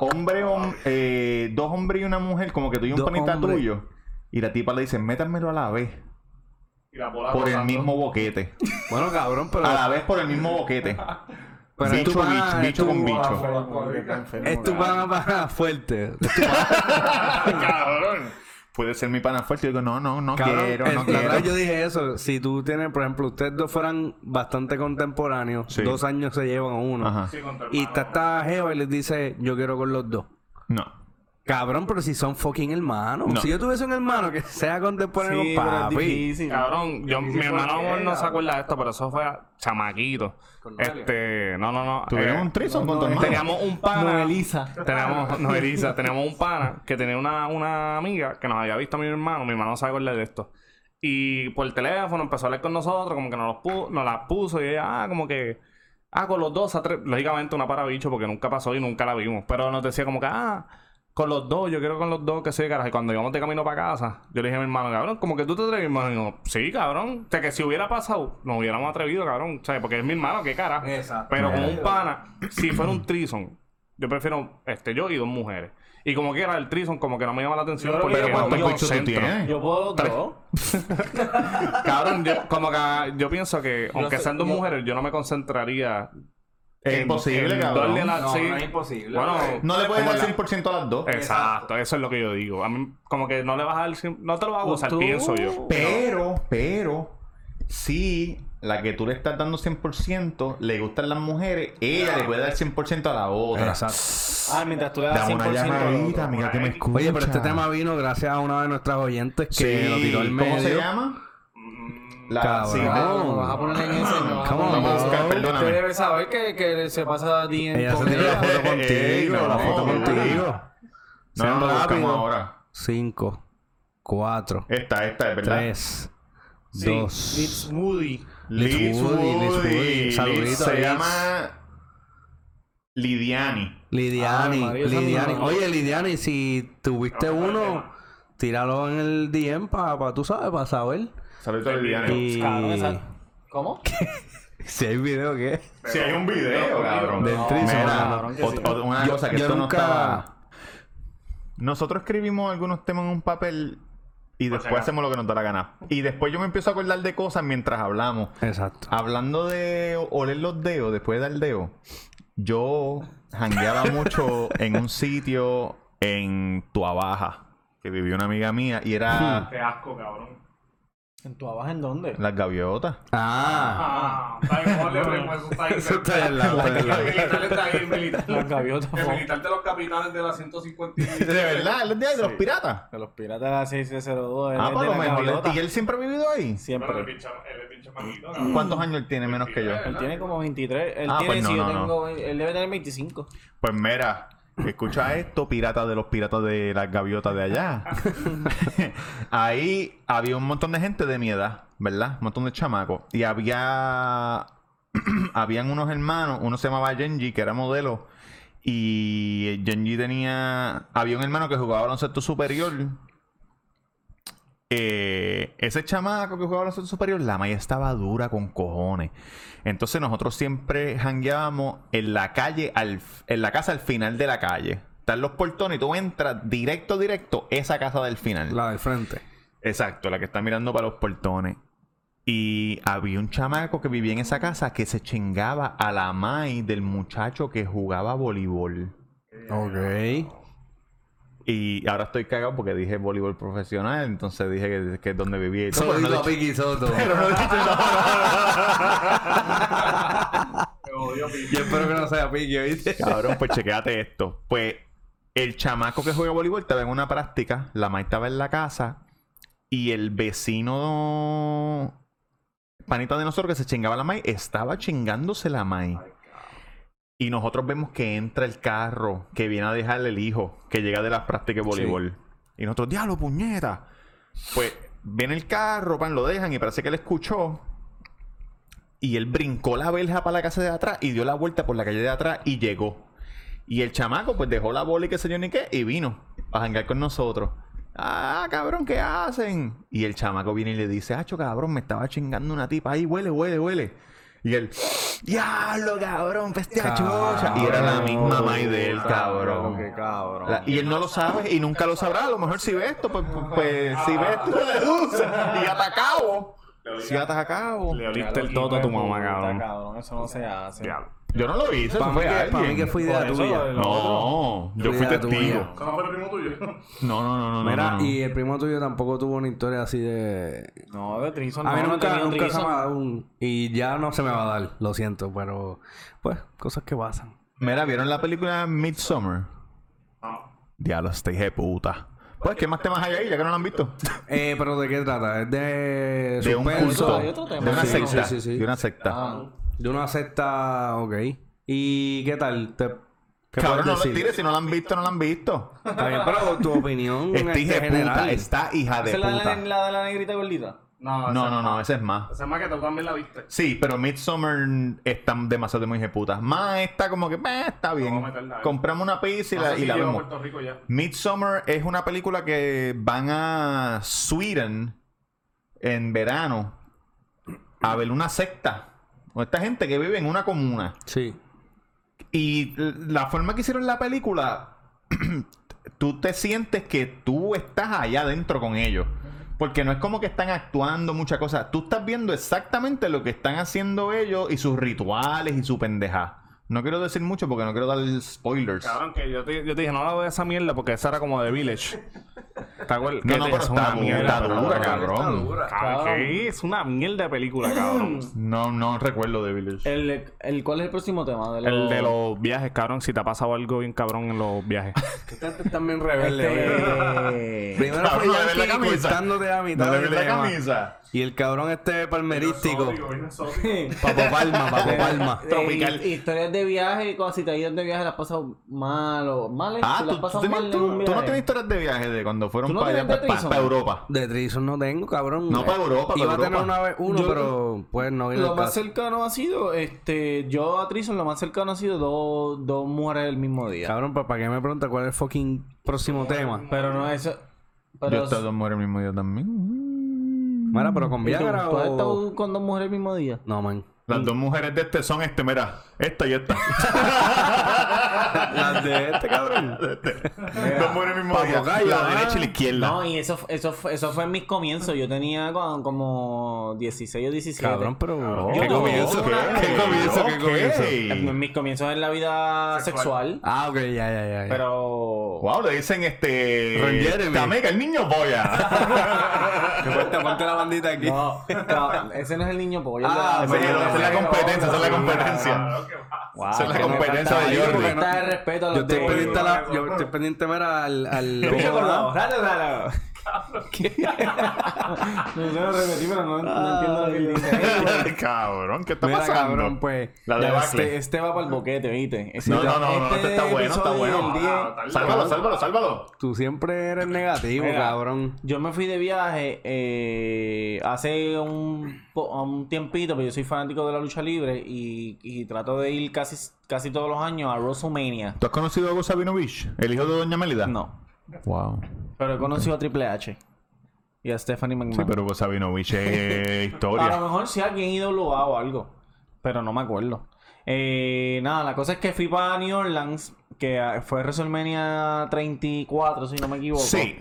hombre, hom- eh, dos hombres y una mujer, como que tú y un Dos panita hombres. tuyo. Y la tipa le dice, métanmelo a la vez. Y la bola Por el rozando. mismo boquete. Bueno, cabrón, pero... A la vez por el mismo boquete. pero es tu Ah, bicho, pana, bicho, es bicho tu- con bicho. Es tu pana para fuerte. Cabrón. Puede ser mi pana fuerte. Yo digo, no, no, no Cabrón, quiero, el- no la verdad quiero. yo dije eso. Si tú tienes, por ejemplo, ustedes dos fueran bastante contemporáneos, Sí. dos años se llevan uno. Ajá. Sí, con tu Y hermano. está esta jeva y les dice, yo quiero con los dos. No. Cabrón, pero si son fucking hermanos. No. Si yo tuviese un hermano que sea contemporáneo Sí, con pero es papi. difícil. Cabrón, yo, mi hermano no se acuerda de esto, pero eso fue a- chamaquito. Este, no, no, no. ¿Tuvieron eh, un trison con tu hermano? Teníamos un pana. Noveliza. Teníamos, no, Elisa, teníamos un pana que tenía una, una amiga que nos había visto a mi hermano, mi hermano no sabe acordar de esto. Y por teléfono empezó a hablar con nosotros, como que nos, los pu- nos las puso y ella, ah, como que, ah, con los dos, a tres. lógicamente una para bicho porque nunca pasó y nunca la vimos, pero nos decía como que, ah, con los dos, yo quiero con los dos, que sé, carajo. Y cuando íbamos de camino para casa, yo le dije a mi hermano, cabrón, como que tú te atreves, mi hermano. Y yo, sí, cabrón. O sea, que si hubiera pasado, nos hubiéramos atrevido, cabrón. O sea, porque es mi hermano, qué cara. Exacto. Pero con un pana, si fuera un trison, yo prefiero este yo y dos mujeres. Y como quiera, el trison como que no me llama la atención Yo creo que- porque Pero no me ¿cuántos bichos tú concentro. tienes? Yo puedo los dos. Cabrón, yo, como que yo pienso que, aunque sé- sean dos yo- mujeres, yo no me concentraría. Es imposible, en cabrón. darle la- sí. imposible. Bueno, No le puedes como dar la- 100% a las dos. Exacto, eso es lo que yo digo. A mí, como que no le vas a dar. cien- No te lo vas a gozar, Tú- pienso yo. Pero, pero, si la que tú le estás dando 100% le gustan las mujeres, ella le puede dar 100% a la otra. Exacto. Ah, mientras tú le das Dame una 100% al otro. llamadita, mira que me escucha. Oye, pero este tema vino gracias a una de nuestras oyentes que Sí. lo tiró al medio. ¿Cómo se llama? La Cabrón. sí, Ah, no, me vas a poner en ese, me vas a Come poner en Vamos a on. ese. buscar, No, Usted perdóname. debe saber que, que se pasa bien Ella se con tiró la ella. foto Ey, contigo. la no, foto no. contigo. No, no, Sean no, la buscamos rápido. ahora. Cinco, cuatro, Esta, esta, es verdad. tres, dos. It's Moody. Liz Liz Woody, Liz Woody. Woody. Liz Saludito, Se Liz. llama Lidiani. Lidiani, Ah, María, esa Lidiani. no. Oye, Lidiani, si tuviste uno, tíralo en el DM para, tú sabes, para saber. Saludito a Lidiani. Y... Cabrón, esa- ¿Cómo? Si hay video, ¿qué? Si hay un video, cabrón. Del No, threesome, mira, cabrón, que ot- sí. ot- una cosa que yo esto nunca... no estaba... Nosotros escribimos algunos temas en un papel y después hacemos lo que nos da la gana. Y después yo me empiezo a acordar de cosas mientras hablamos. Exacto. Hablando de oler los dedos, después de dar dedo, yo jangueaba mucho en un sitio en Tuabaja, que vivía una amiga mía, y era Qué asco, cabrón. ¿En tu abajo en dónde? las gaviotas. Ah. Ah, ¿sabes cómo le primo? Eso está ahí. Eso está ahí al lado. está ahí al lado. Militar está ahí, militar. Las gaviotas. El militar de los capitanes de la 151. De verdad, es los días de los piratas. De los piratas de la 6602. él Ah, es por de lo la menos. gaviota. ¿Y él siempre ha vivido ahí? Pero el Siempre. pinche, el pinche manito, cabrón. ¿Cuántos años él tiene menos que yo? Él tiene como 23. Él Ah, tiene, pues no, si yo no, no. tengo, ve- él debe tener 25. Pues mira, escucha esto, pirata de los piratas de las gaviotas de allá. Ahí había un montón de gente de mi edad, ¿verdad? Un montón de chamacos. Y había. Habían unos hermanos, uno se llamaba Genji, que era modelo. Y Genji tenía. Había un hermano que jugaba baloncesto superior. Eh, ese chamaco que jugaba baloncesto superior, la malla estaba dura con cojones. Entonces nosotros siempre jangueábamos en la calle, al, f- en la casa al final de la calle. Están los portones y tú entras directo, directo, esa casa del final. La del frente. Exacto, la que está mirando para los portones. Y había un chamaco que vivía en esa casa que se chingaba a la mai del muchacho que jugaba voleibol. Ok. Y ahora estoy cagado porque dije voleibol profesional, entonces dije que, que es donde vivía y todo. pero no he Soy dicho- Piqui Soto. pero no he dicho- Pero jodió Piqui. Yo espero que no sea pique, ¿viste? Cabrón, pues chequéate esto. Pues el chamaco que juega voleibol estaba en una práctica, la maestra estaba en la casa y el vecino panita de nosotros que se chingaba la May estaba chingándose la May. Y nosotros vemos que entra el carro que viene a dejarle el hijo que llega de las prácticas de voleibol. Y nosotros, diablo, puñeta. Pues viene el carro, pan, lo dejan y parece que él escuchó. Y él brincó la verja para la casa de atrás y dio la vuelta por la calle de atrás y llegó. Y el chamaco, pues dejó la bola y qué sé yo ni qué, y vino a jangar con nosotros. Ah, cabrón, ¿qué hacen? Y el chamaco viene y le dice, Acho, cabrón, me estaba chingando una tipa ahí, huele, huele, huele. Y él, diablo, cabrón, bestia chocha. Y era la misma May de él, cabrón. Qué cabrón. La- y él no lo sabe y nunca lo sabrá. A lo mejor si ve esto, pues, pues, pues, si ve esto, lo deduce. Y atacabo. Si atacabo. Le oliste el toto a tu mamá, cabrón. cabrón. Eso no se hace. Diablo. Yo no lo hice, eso Para mí, fue que- pa' mí que alguien. fue idea Por eso, tuya. el- No, yo fui Idea tuya. testigo. ¿Cómo fue el primo tuyo? No, no, no, no. no, Mira, no, no. y el primo tuyo tampoco tuvo una historia así de. No, de Trison. A mí no, no he nunca, tenido nunca se me threesome. ha dado un. Y ya no se me va a dar, lo siento, pero. Pues, cosas que pasan. Mira, ¿vieron la película Midsommar? Ah. Diablo, este hijo de puta. Pues, ¿qué más temas hay ahí? Ya que no lo han visto. Eh, pero ¿de qué trata? Es de. De un suspenso. culto. hay otro tema. De una Sí, secta. sí, Ah. sí, sí. De una secta. De una secta, ok. ¿Y qué tal? Te, ¿Qué Cabrón, no puedes lo decir? tires. Si no lo han visto, no lo han visto. Está bien, pero tu opinión Este hijo de puta. general. Esta hija de ¿Esa es la, puta. de la, la de la negrita gordita? No, No, esa- no, no. Esa es más. Esa es más que tú también la viste. Sí, pero Midsommar están demasiado de putas. Más está como que, "Meh, está bien. Vamos a meterla ahí. Compramos una pizza y No la, sé si y la llegó a vemos. Puerto Rico ya. Midsommar es una película que van a Sweden en verano a ver una secta. O esta gente que vive en una comuna. Sí. Y l- la forma que hicieron la película, tú te sientes que tú estás allá adentro con ellos. Porque no es como que están actuando muchas cosas. Tú estás viendo exactamente lo que están haciendo ellos y sus rituales y su pendeja. No quiero decir mucho porque no quiero dar spoilers. Cabrón, que yo te, yo te dije, no la veo esa mierda porque esa era como de Village. ¿Te acuerdas? No, Que no, te- pero es está, una dura, mierda. está pero- dura, cabrón. Cabrón, que es una mierda de película, cabrón. No, no recuerdo de Village. El, el, ¿Cuál es el próximo tema? De El los- de los viajes, cabrón, si te ha pasado algo bien cabrón en los viajes. También Este- Primero fue Cabrón, no le ves la Yankee camisa. cortándote a mitad No le del ves la tema. camisa. Y el cabrón este palmerístico. Papo Papo Palma, Papo Palma. Tropical. Historias de viaje y cosas. Si te has ido de viaje, las has pasado mal o mal. Ah, si las tú, has tú, pasado tenías- mal, tú- en un tú no viaje. tienes historias de viajes de cuando fueron ¿Tú no para allá, tienes para, de para- Trison? para Europa. De Trison no tengo, cabrón. No, para Europa, para Iba a Europa. tener una vez uno, Yo- pero pues no vino Lo el más caso. cercano ha sido, este, yo a Trison, lo más cercano ha sido dos, dos mujeres el mismo día. Cabrón, para que me pregunta cuál es el fucking próximo tema. Pero no eso. Yo he Pero, estado dos mujeres el mismo día también. Mira, pero con ¿Y tú, Viagra ¿Tú has o... estado con dos mujeres el mismo día? No, man. Las dos mujeres de este son este, mira, esta y esta. Las de este cabrón. dos mujeres el mismo Papo día. Gallo, la ah. derecha y la izquierda. No, y eso, eso, fue- eso fue en mis comienzos. Yo tenía con- como 16 o 17. Cabrón, pero... Yo ¿Qué no, Em, comienzo? ¿qué? ¿Qué comienzo? ¿Qué Ok. En comienzo? mis comienzos en la vida sexual. Ah, ok, ya, ya, ya. ya. Pero. Wow, le dicen este. Ron Jeremy. Tameca, el niño polla. Ponte, ponte la bandita aquí. No, no, ese no es el niño pollo. Ah, Esa Ese es la- esa es la competencia, esa es la competencia. Wow, esa es la que me competencia faltaba de ahí, Jordi. porque está de respeto a los Yo estoy de- pendiente, a la, yo estoy pendiente mira, al... al Pinche colgado. Raro, raro. No sé, lo repetí, pero no, no entiendo lo que él dice. Cabrón, ¿qué está ¿ah? Mira, pasando? cabrón, pues. La Ya, debacle. este, este va para el boquete, ¿viste? Ese- No, no, no, no, este este está bueno, está episodio bueno. Ah, del 10, Sálvalo, sálvalo, sálvalo. Tú siempre eres negativo, Mira. cabrón. Yo me fui de viaje eh, hace un, po- un tiempito, pero yo soy fanático de la lucha libre y, y trato de ir casi, casi todos los años a WrestleMania. ¿Tú has conocido a Hugo Sabinovich, el hijo de Doña Melida? No, Wow. pero he conocido a Triple H y a Stephanie McMahon. Sí, pero Hugo Sabinovich es A historia. lo mejor si alguien IWA o algo. Pero no me acuerdo. Eh, nada, la cosa es que fui para New Orleans, que ah, fue WrestleMania 34, si no me equivoco. Sí.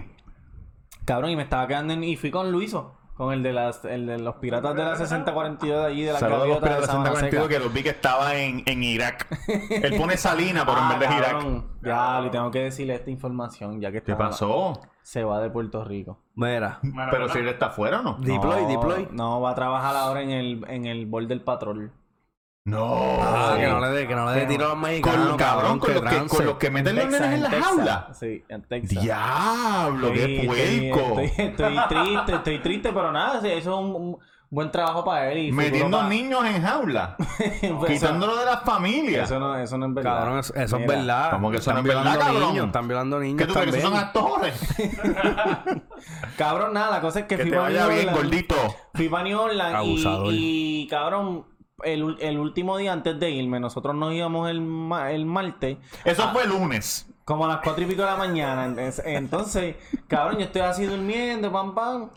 Cabrón, y me estaba quedando en... Y fui con Luiso, con el de las el de los piratas de la 6042 de allí, de la Saludos a los gaviota de piratas Sabana Santa Seca. Contigo que los vi que estaba en, en Irak. Él pone Salina, pero en Ah, vez de Irak. cabrón. Ya, le tengo que decirle esta información, ya que ¿Qué está- pasó? se va de Puerto Rico. Mira. Pero si él está afuera o no. Deploy, No, deploy. No, va a trabajar ahora en el, en el bol del patrol. No. Ah, que no le dé, que no le dé tiro a los con, mexicanos. cabrón, con qué los que, trance. con los que meten los Texas, nenes en las Texas. aulas. Sí, en Texas. Diablo, qué Estoy- puerco. Estoy, estoy triste, estoy triste, pero nada, sí, eso es un, un buen trabajo para él. Y futuro Metiendo para- niños en jaula. Eso- quitándolo de las familias. Eso no, eso no es verdad. Cabrón, eso, eso es Mira, verdad. ¿Cómo que eso no están es verdad, violando cabrón? niños, están violando ¿Qué niños tú crees que también. esos son actores? Cabrón, nada, la cosa es que, Que fui te para vaya New bien, Orleans. gordito. Fui para New Orleans y- Abusador. y, cabrón, el, ul- el último día antes de irme, nosotros nos íbamos el, ma- el martes. Eso fue el lunes. Como a las cuatro y pico de la mañana. Entonces, entonces, cabrón, yo estoy así durmiendo, pam, pam.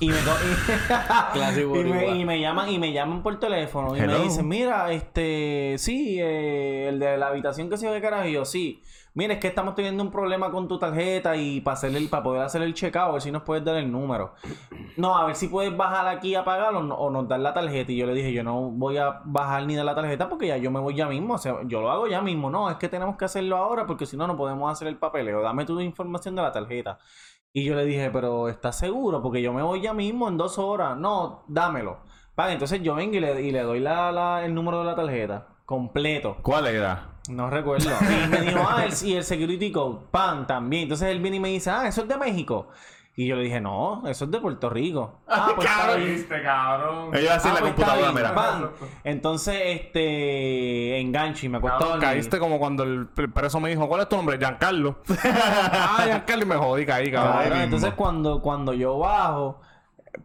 Y me, co- y, Clásico y me, boricua. y me llaman y me llaman por teléfono y Hello. me dicen, mira, este, sí, eh, el de la habitación que se ve carajo. Y yo, sí, mira, es que estamos teniendo un problema con tu tarjeta y para hacer el, para poder hacer el checkout, a ver si nos puedes dar el número. No, a ver si puedes bajar aquí a pagarlo o, no- o nos dar la tarjeta. Y yo le dije, yo no voy a bajar ni dar la tarjeta porque ya yo me voy ya mismo. O sea, yo lo hago ya mismo. No, es que tenemos que hacerlo ahora porque si no, no podemos hacer el papeleo. Dame tu información de la tarjeta. Y yo le dije, pero ¿estás seguro? Porque yo me voy ya mismo en dos horas. No, dámelo. Vale, entonces yo vengo y le, y le doy la- la- el número de la tarjeta completo. ¿Cuál era? No recuerdo. Y me dijo, ah, el, y el security code, pan, también. Entonces él viene y me dice, ah, eso es de México. Y yo le dije, no, eso es de Puerto Rico. Ah, pues está bien. Viste, cabrón. Ella va a hacer Ah, la pues, computadora, está bien, mira. pan. Entonces, este, engancho y me acuesto Cabrón, dormir. caíste como cuando el pre- preso me dijo, ¿cuál es tu nombre? Giancarlo. ah, Giancarlo, y me jodí, caí, cabrón. Cabrón, Ahí entonces mismo. cuando, cuando yo bajo,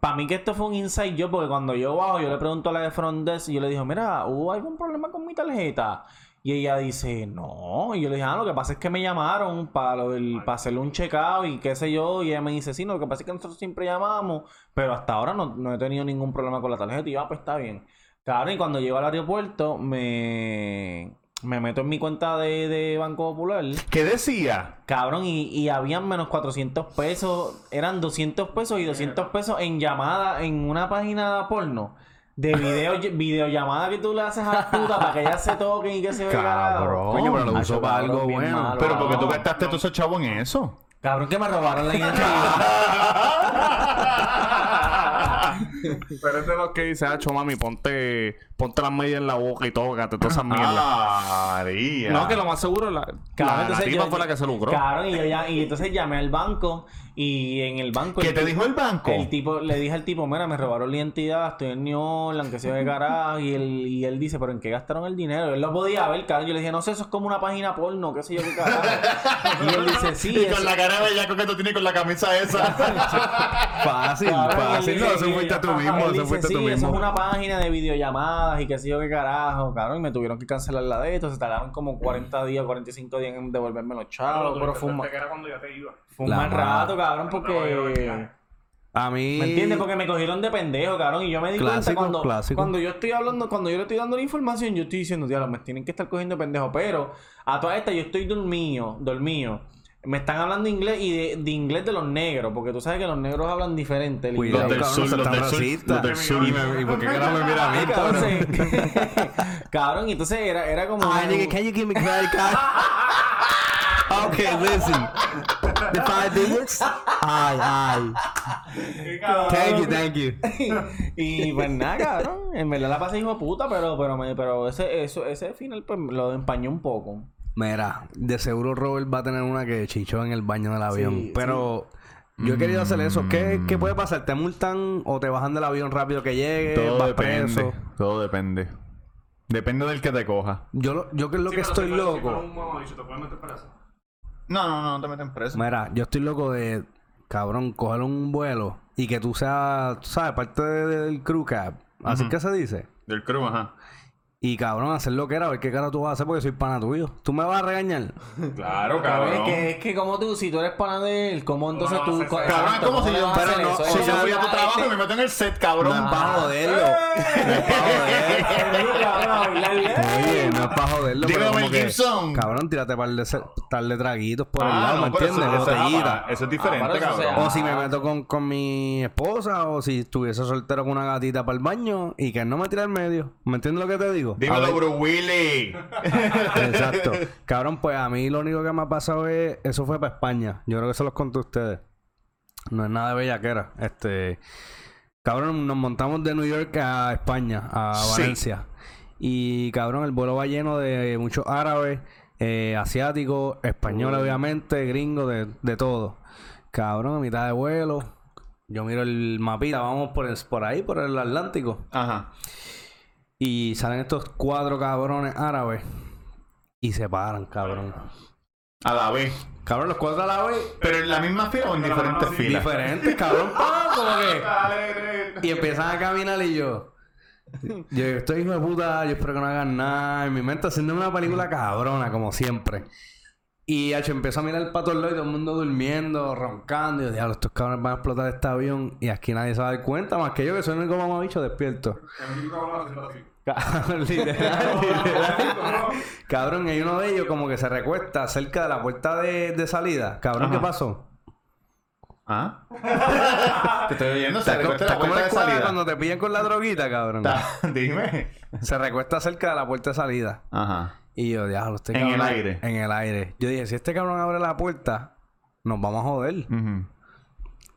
para mí que esto fue un inside job, porque cuando yo bajo, yo le pregunto a la de front desk y yo le digo, mira, ¿hubo algún problema con mi tarjeta? Y ella dice, no. Y yo le dije, ah, lo que pasa es que me llamaron para lo del, para hacerle un checkout y qué sé yo. Y ella me dice, sí, no, lo que pasa es que nosotros siempre llamamos, pero hasta ahora no, no he tenido ningún problema con la tarjeta. Y yo, ah, pues está bien. Cabrón, y cuando llego al aeropuerto, me, me meto en mi cuenta de, de Banco Popular. ¿Qué decía? Cabrón, y, y habían menos 400 pesos, eran 200 pesos y 200 pesos en llamada en una página porno. De video, videollamada que tú le haces a la puta para que ella se toquen y que se vea el carajo. Cabrón. Coño, pero lo Macho, usó para cabrón, algo bien bueno. malo, pero porque tú cabrón. gastaste todo ese chavo en eso. Cabrón, que me robaron la identidad. Pero es de los que dice, hacho, mami, ponte, ponte las medias en la boca y tócate todas esas mierdas. Ah, María. no, que lo más seguro, la, Cabrón, la, la entonces tipa yo- fue la que se lucró. Cabrón, y, yo ya- y entonces llamé al banco y en el banco... ¿Qué el te tipo- dijo el banco? El tipo, le dije al tipo, mira, me robaron la identidad, estoy en New Orleans, que se ve carajo. Y él, y él dice, pero ¿en qué gastaron el dinero? Él lo podía ver, cabrón. Yo le dije, no sé, eso es como una página porno, qué sé yo, qué carajo. y él dice, sí, y eso- con la cara de Jaco que tú tienes con la camisa esa. Fácil, Cabrón, y él fácil. No, dice eso que- fuiste tú ajá, mismo, él eso dice, fuiste sí, tú Eso es mismo. una página de videollamadas y qué sé yo qué carajo, cabrón. Y me tuvieron que cancelar la de esto. Se tardaron como 40 días, 45 días en devolverme los chavos. Pero fue un, ma- era cuando ya te iba. fue un La mal madre. rato, cabrón, porque... A mí... ¿Me entiendes? Porque me cogieron de pendejo, cabrón. Y yo me di cuenta Clásico, cuando, clásico. cuando yo estoy hablando, cuando yo le estoy dando la información, yo estoy diciendo, diablo, me tienen que estar cogiendo de pendejo. Pero a todas estas, yo estoy dormido, dormido. Me están hablando inglés y de, de inglés de los negros, porque tú sabes que los negros hablan diferente. el Cuidado, Los del cabrón, sur, no seas los tan del sur, racista. los del sur. Y, me, y por qué carajo me mira a mí, cabrón. Entonces, cabrón, y entonces era, era como. Ah, nigga, can you give me credit card? okay, listen. The five digits? Ay, ay. Thank you, thank you. y pues nada, cabrón. En verdad la pasé hijo de puta, pero, pero, me- pero ese, eso, ese final pues, lo empañó un poco. Mira, de seguro Robert va a tener una que chichó en el baño del avión. Sí, pero yo he querido hacer eso. ¿Qué, qué puede pasar? ¿Te multan o te bajan del avión rápido que llegue? Todo vas depende. preso? Todo depende. Depende del que te coja. Yo, lo, yo que es lo que estoy loco. No, no, no, no te meten preso. Mira, yo estoy loco de, cabrón, coger un vuelo y que tú seas, tú sabes, parte de- del crew cab. Así que se dice. Del crew, ajá. Y cabrón, hacer lo que era, a ver qué cara tú vas a hacer porque soy pana tuyo. Tú me vas a regañar. Claro, Cabrón, es que, es que como tú, si tú eres pana de él, ¿cómo entonces tú? co- Cabrón, es exacto, como si ¿cómo le yo, vas a pero hacer no, eso? si Eso yo no voy a tu va- trabajo y me meto en el set, cabrón. No es para joderlo. No es para joderlo. Oye, no es para Dímelo, joderlo. pero como Mel que, Gibson. Ah, Cabrón, tírate par de, se- par de traguitos por el lado, ¿me entiendes? Botellita. Eso es diferente, eso se cabrón. llama- O si me meto con, con mi esposa, o si estuviese soltero con una gatita para el baño y que no me tire al medio. ¿Me entiendes lo que te digo? A Dímelo, ver, bro Willy. Exacto. Cabrón, pues a mí lo único que me ha pasado es. Eso fue para España. Yo creo que se los conté a ustedes. No es nada de bellaquera. Este. Cabrón, nos montamos de New York a España, a Sí. Valencia. Y cabrón, el vuelo va lleno de muchos árabes, eh, asiáticos, españoles, obviamente, gringos, de, de todo. Cabrón, a mitad de vuelo. Yo miro el mapita, vamos por, el- por ahí, por el Atlántico. Ajá. Y salen estos cuatro cabrones árabes. Y se paran, cabrón. A la vez. Cabrón, los cuatro a la vez. Pero en la misma fila o en diferentes filas. Diferentes, cabrón. pa, como que... Y empiezan a caminar y yo... Yo estoy hijo de puta, yo espero que no hagan nada. En mi mente haciendo una película cabrona, como siempre. Y hacho, empiezo a mirar el pato al lado y todo el mundo durmiendo, roncando. Y yo, diablo, estos cabrones van a explotar este avión. Y aquí nadie se va a dar cuenta, más que yo, que soy el único mamabicho despierto. Cabrón, literal, literal. Cabrón, hay uno de ellos como que se recuesta cerca de la puerta de, de salida. Cabrón, ¿qué pasó? ¿Ah? Te estoy oyendo, se Está co- recuesta está la puerta como en la de escuela salida. cuando te pillan con la droguita, cabrón. Está- Dime. Se recuesta cerca de la puerta de salida. Ajá. Y yo, diablo, este En cabrón. el aire. En el aire. Yo dije, si este cabrón abre la puerta, nos vamos a joder. Ujú.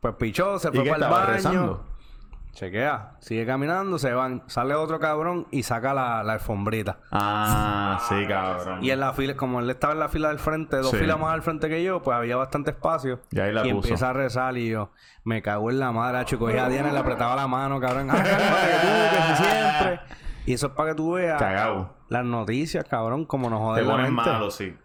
Pues pichó, se ¿Y fue qué para el estaba baño. rezando? Chequea. Sigue caminando, se van. Sale otro cabrón y saca la, la alfombrita. Ah, sí, cabrón. Y en la fila, como él estaba en la fila del frente, dos Sí. filas más al frente que yo, pues había bastante espacio. Y ahí la puso. empieza a rezar y yo, me cago en la madre, ah, chico. Y a Diana y le apretaba la mano, cabrón. Ah, cálmate, que tú, que tú siempre. Y eso es para que tú veas Cagao. las noticias, cabrón, como nos Te joden la pones mente. malo, sí.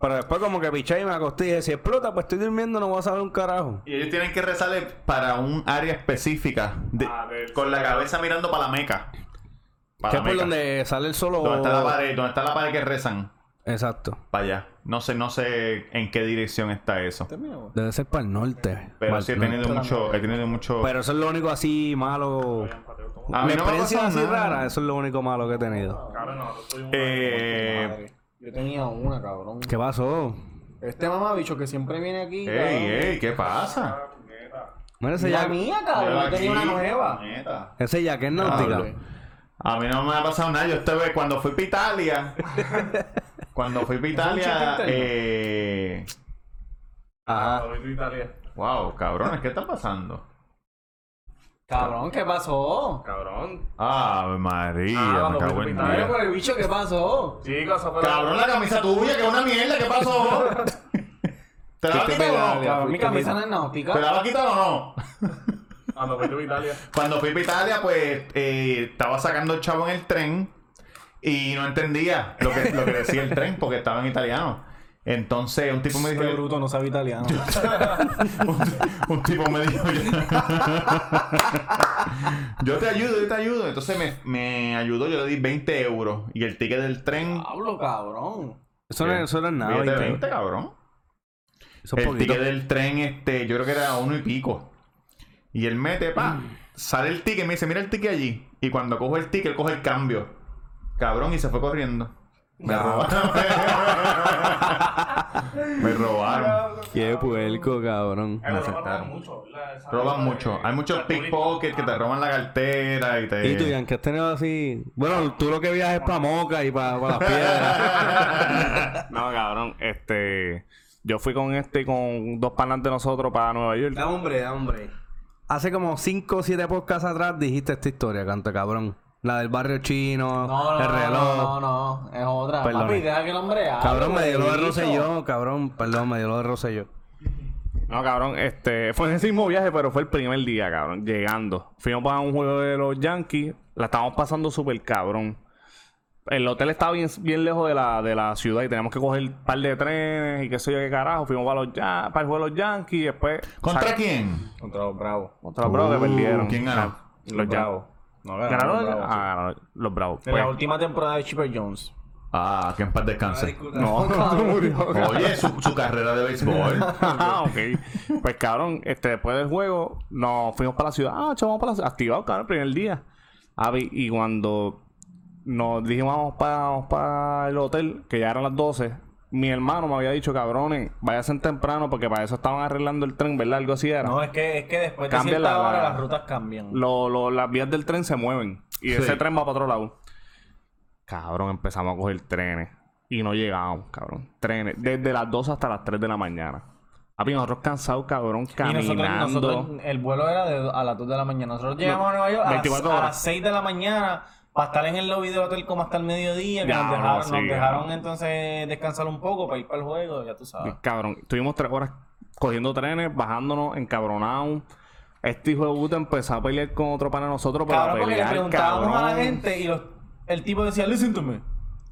Pero después como que piché y me acosté y dije, si explota, pues estoy durmiendo, no voy a saber un carajo. Y ellos tienen que rezarle para un área específica. Ah, de- con la cabeza mirando para la meca. Para Que la es por Meca. donde sale el solo... ¿Dónde está la pared? ¿Dónde está la pared que rezan? Exacto. Para allá. No sé, no sé en qué dirección está eso. este Debe ser para el norte. Pero Para el sí he norte. tenido mucho, he tenido mucho. Pero eso es lo único así malo. A mí no Mi me ha experiencia pasado así nada. rara, eso es lo único malo que he tenido. eh, Yo tenía una, cabrón. ¿Qué pasó? Este mamabicho que siempre viene aquí. ey, ey, ¿qué pasa? Mira, ese, La ya, mía, cabrón. Yo tenía una nueva. Neta. ese ya que es náutica. Diablo. A mí no me ha pasado nada. Yo estuve cuando fui para Italia. cuando fui para Italia. Eh, Ah. Ajá. wow, cabrones, ¿qué está pasando? Cabrón, ¿qué pasó? Cabrón. Ave Ah, María, me cago en Mira Dios. por el bicho, ¿qué pasó? Chicos, pues, eso fue la- Cabrón, la camisa tuya, que es una mierda, ¿qué pasó? ¿Te la vas a quitar o no? Cabrón, mi camisa no es náutica. ¿Te la vas a quitar o no? Cuando fuiste a Italia. Cuando fui para Italia, pues eh, estaba sacando el chavo en el tren y no entendía lo que, lo que decía el tren porque estaba en italiano. Entonces un tipo me dijo, Qué bruto, no sabe italiano. un, un tipo me dijo, yo, yo te ayudo, yo te ayudo. Entonces me, me ayudó, yo le di 20 euros y el ticket del tren... Hablo, cabrón. Eso no, eso Ah, no es nada. billete de ¿viste? 20, cabrón. Eso es El poquito. ticket del tren, este, yo creo que era uno y pico. Y él mete, pa, Mm. sale el ticket, me dice, mira el ticket allí. Y cuando cojo el ticket, él coge el cambio. Cabrón, y se fue corriendo. Me robaron. Me robaron. Qué puerco, cabrón. Me asaltaron. Roban mucho. Hay muchos pickpockets que te roban la cartera y te. ¿Y tú, Ian, que has tenido así? Bueno, tú lo que viajas es para Moca y para las piedras. No, cabrón. Este. Yo fui con este y con dos panas de nosotros para Nueva York. da hombre, da hombre. Hace como 5 o 7 podcasts atrás dijiste esta historia, canto cabrón. La del barrio chino, No, no, el reloj. no, no, no, es otra. Perdone. Papi, deja que el hombre hable, Cabrón, me dio lo de bicho. Rosselló, cabrón. Perdón, me dio lo de Rosselló. No, cabrón, este, fue en ese mismo viaje, pero fue el primer día, cabrón, llegando. Fuimos para un juego de los Yankees, la estábamos pasando súper cabrón. El hotel estaba bien, bien lejos de la, de la ciudad y teníamos que coger un par de trenes y qué sé yo qué carajo. Fuimos para, los, Ya- para el juego de los Yankees y después... ¿Contra sac- quién? Contra los bravos. Contra los Bravos que perdieron. Uh, ¿quién ganó? Ah, Los Yankees. No ¿Ganaron? los Bravos. Ah, ganaron los Bravos. En Pues, la última temporada de Chipper Jones. Ah, que en paz descanse. no, no, se murió. Oye, su, su carrera de béisbol. Ah, ok. Pues cabrón, este, después del juego, nos fuimos para la ciudad. Ah, chavos, vamos para la ciudad. Activado, cabrón, el primer día. Ah, vi- y cuando nos dijimos vamos para, el hotel, que ya eran las 12, mi hermano me había dicho, cabrones, váyanse temprano porque para eso estaban arreglando el tren, ¿verdad? Algo así era. No, es que, es que después de Cambia cierta la- hora la- las rutas cambian. Lo- lo- las vías del tren se mueven y ese tren va para otro lado. Cabrón, empezamos a coger trenes y no llegábamos, cabrón. Trenes desde las 2 hasta las 3 de la mañana. Papi, nosotros cansados, cabrón, y caminando. nosotros, nosotros, el vuelo era de, a las 2 de la mañana. Nosotros llegamos a Nueva York a, las- 24 a horas. las 6 de la mañana para estar en el lobby del hotel como hasta el mediodía, que Ya, nos no, dejaron, sí, nos ya. dejaron entonces descansar un poco para ir para el juego, ya tú sabes. Cabrón, estuvimos tres horas cogiendo trenes, bajándonos, encabronados. Este hijo de puta empezó a pelear con otro pana de nosotros para Cabrón, porque le pelear, preguntábamos a la cabrón. gente y los- el tipo decía, listen to me,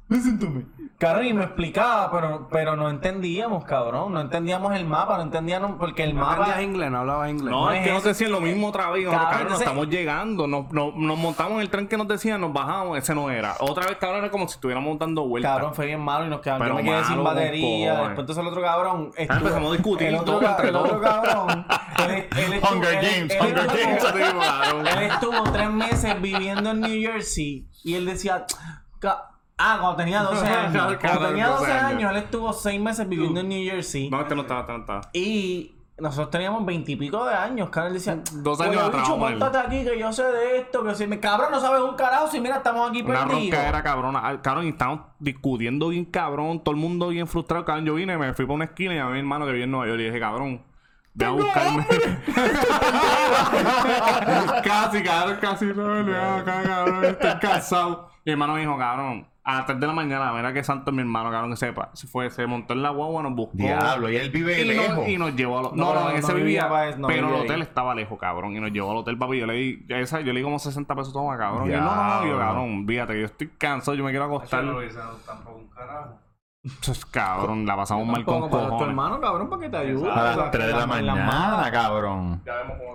listen to me. Cabrón, y me explicaba, pero, pero no entendíamos, cabrón. No entendíamos el mapa, no entendíamos, porque el No mapa... aprendías inglés, no hablabas inglés. No, No es es que nos eso. decían lo mismo otra vez. Cabrón, Nosotros, cabrón, nos entonces- estamos llegando. Nos, nos- nos montamos en el tren que nos decían, nos bajamos. Ese no era. Otra vez, cabrón, era como si estuviéramos dando vueltas. Cabrón, fue bien malo y nos quedamos. Pero Yo me quedé sin malo, batería. cojones. Ah, Después entonces el otro cabrón. estuvo- empezamos a discutir El otro, todo ca- entre el otro todos. cabrón. él- él estuvo- Hunger él- Games, él Hunger estuvo- Games. Él estuvo tres meses viviendo en New Jersey y él decía. "Ca- Ah, cuando tenía 12 años. Cuando Cabrón, tenía 12 12 años, él estuvo seis meses viviendo en New Jersey. No, este no estaba, este no estaba. Y nosotros teníamos veintipico de años, cabrón. Él decía, Dos años "Oye, atrás, bicho, vamos a ir". montate aquí que yo sé de esto. Que si me cabrón no sabes un carajo, si mira, estamos aquí Una perdidos. ronca era cabrona. Ah, Cabrón, y estábamos discutiendo bien cabrón. Todo el mundo bien frustrado. Cabrón, yo vine, me fui para una esquina y a mi hermano que vive en Nueva York. Y dije, cabrón, ve a buscarme. casi, cabrón, casi. No, le hago acá, cabrón, estoy cansado. Mi hermano me dijo, cabrón, a las 3 de la mañana, mira que santo es mi hermano, cabrón, que sepa. Se fue, se montó en la guagua, nos buscó. Diablo, y él vive Y, lejos. nos- y nos llevó a los... No, No, no, no, ese no vivía, vivía pa- no pero vivía el hotel ahí. estaba lejos, cabrón. Y nos llevó al hotel, papi. Yo le di, esa, yo le di como 60 pesos toma, cabrón. Y yo, no, no, no, yo, Diablo. cabrón, fíjate que yo estoy cansado, yo me quiero acostar. tampoco un carajo. Pues, cabrón, la pasamos mal con Como para tu cojones. hermano, cabrón, para que te ayude. a las 3 de la En las mañana, cabrón.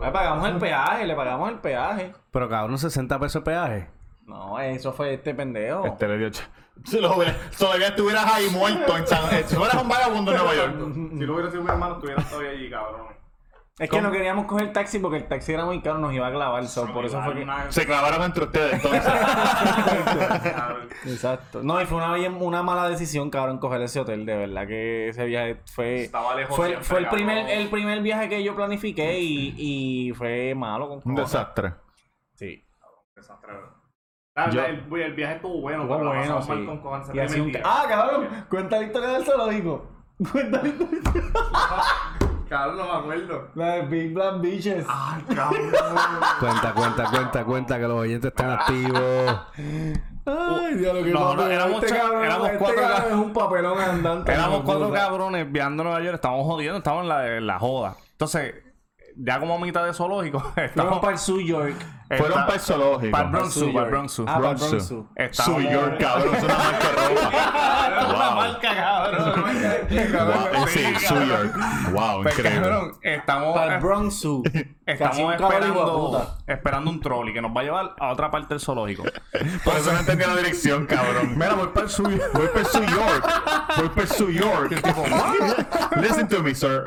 Le pagamos el peaje, le pagamos el peaje. Pero cabrón, 60 pesos de peaje. No, eso fue este pendejo. Este le dio ch- Si lo hubiera- todavía estuvieras ahí muerto en San eh, Si fueras un vagabundo en Nueva York. Si no hubiera sido mi hermano, estuviera todavía allí, cabrón. Es que no queríamos coger taxi porque el taxi era muy caro, nos iba a clavar. so, por eso fue que... Se clavaron entre ustedes entonces. Exacto. No, y fue una, bien- una mala decisión, cabrón, coger ese hotel. De verdad que ese viaje fue... Estaba lejos fue siempre, fue el, cabrón. primer, el primer viaje que yo planifiqué y, y fue malo. Con un cojones. desastre. Sí. Yo- Ah, el, el viaje estuvo bueno, Fue pero la bueno, pasamos mal sí. con cojones el Y así primer un... día. Ah, cabrón, cuenta la historia del zoológico. Cuenta la historia... Cabrón, no me acuerdo. La de Big Black Bitches. Ah, Ay, cabrón. Cuenta, cuenta, cuenta, cuenta que los oyentes están activos. Ay, Dios, lo que Nosotros papelón. éramos Este cha- cabrón- éramos este cuatro cabrón cabrones. es un papelón andante. Éramos cuatro Puta. cabrones viajando a Nueva York, estábamos jodiendo, estábamos en la, en la joda. Entonces, ya como a mitad de zoológico, Fueron estábamos para el Zoo York. Fueron para el zoológico. para el Bronx Zoo, para el Bronx Zoo. Ah, para el Bronx Bronx Zoo. Zoo. Estábamos- Soy York, cabrón. Es una marca de ropa. Wow. cabrón. Wow. eh, Sí, Soy York. Wow, Pues, increíble. cabrón, estamos, Para el Bronx Zoo. estamos Casi un cabrón hijo de esperando, puta. esperando un trolley que nos va a llevar a otra parte del zoológico. Por eso no entendía la dirección, cabrón. Mira, voy para Soy York. Voy para Soy York. Voy para Soy York. Listen to me, sir.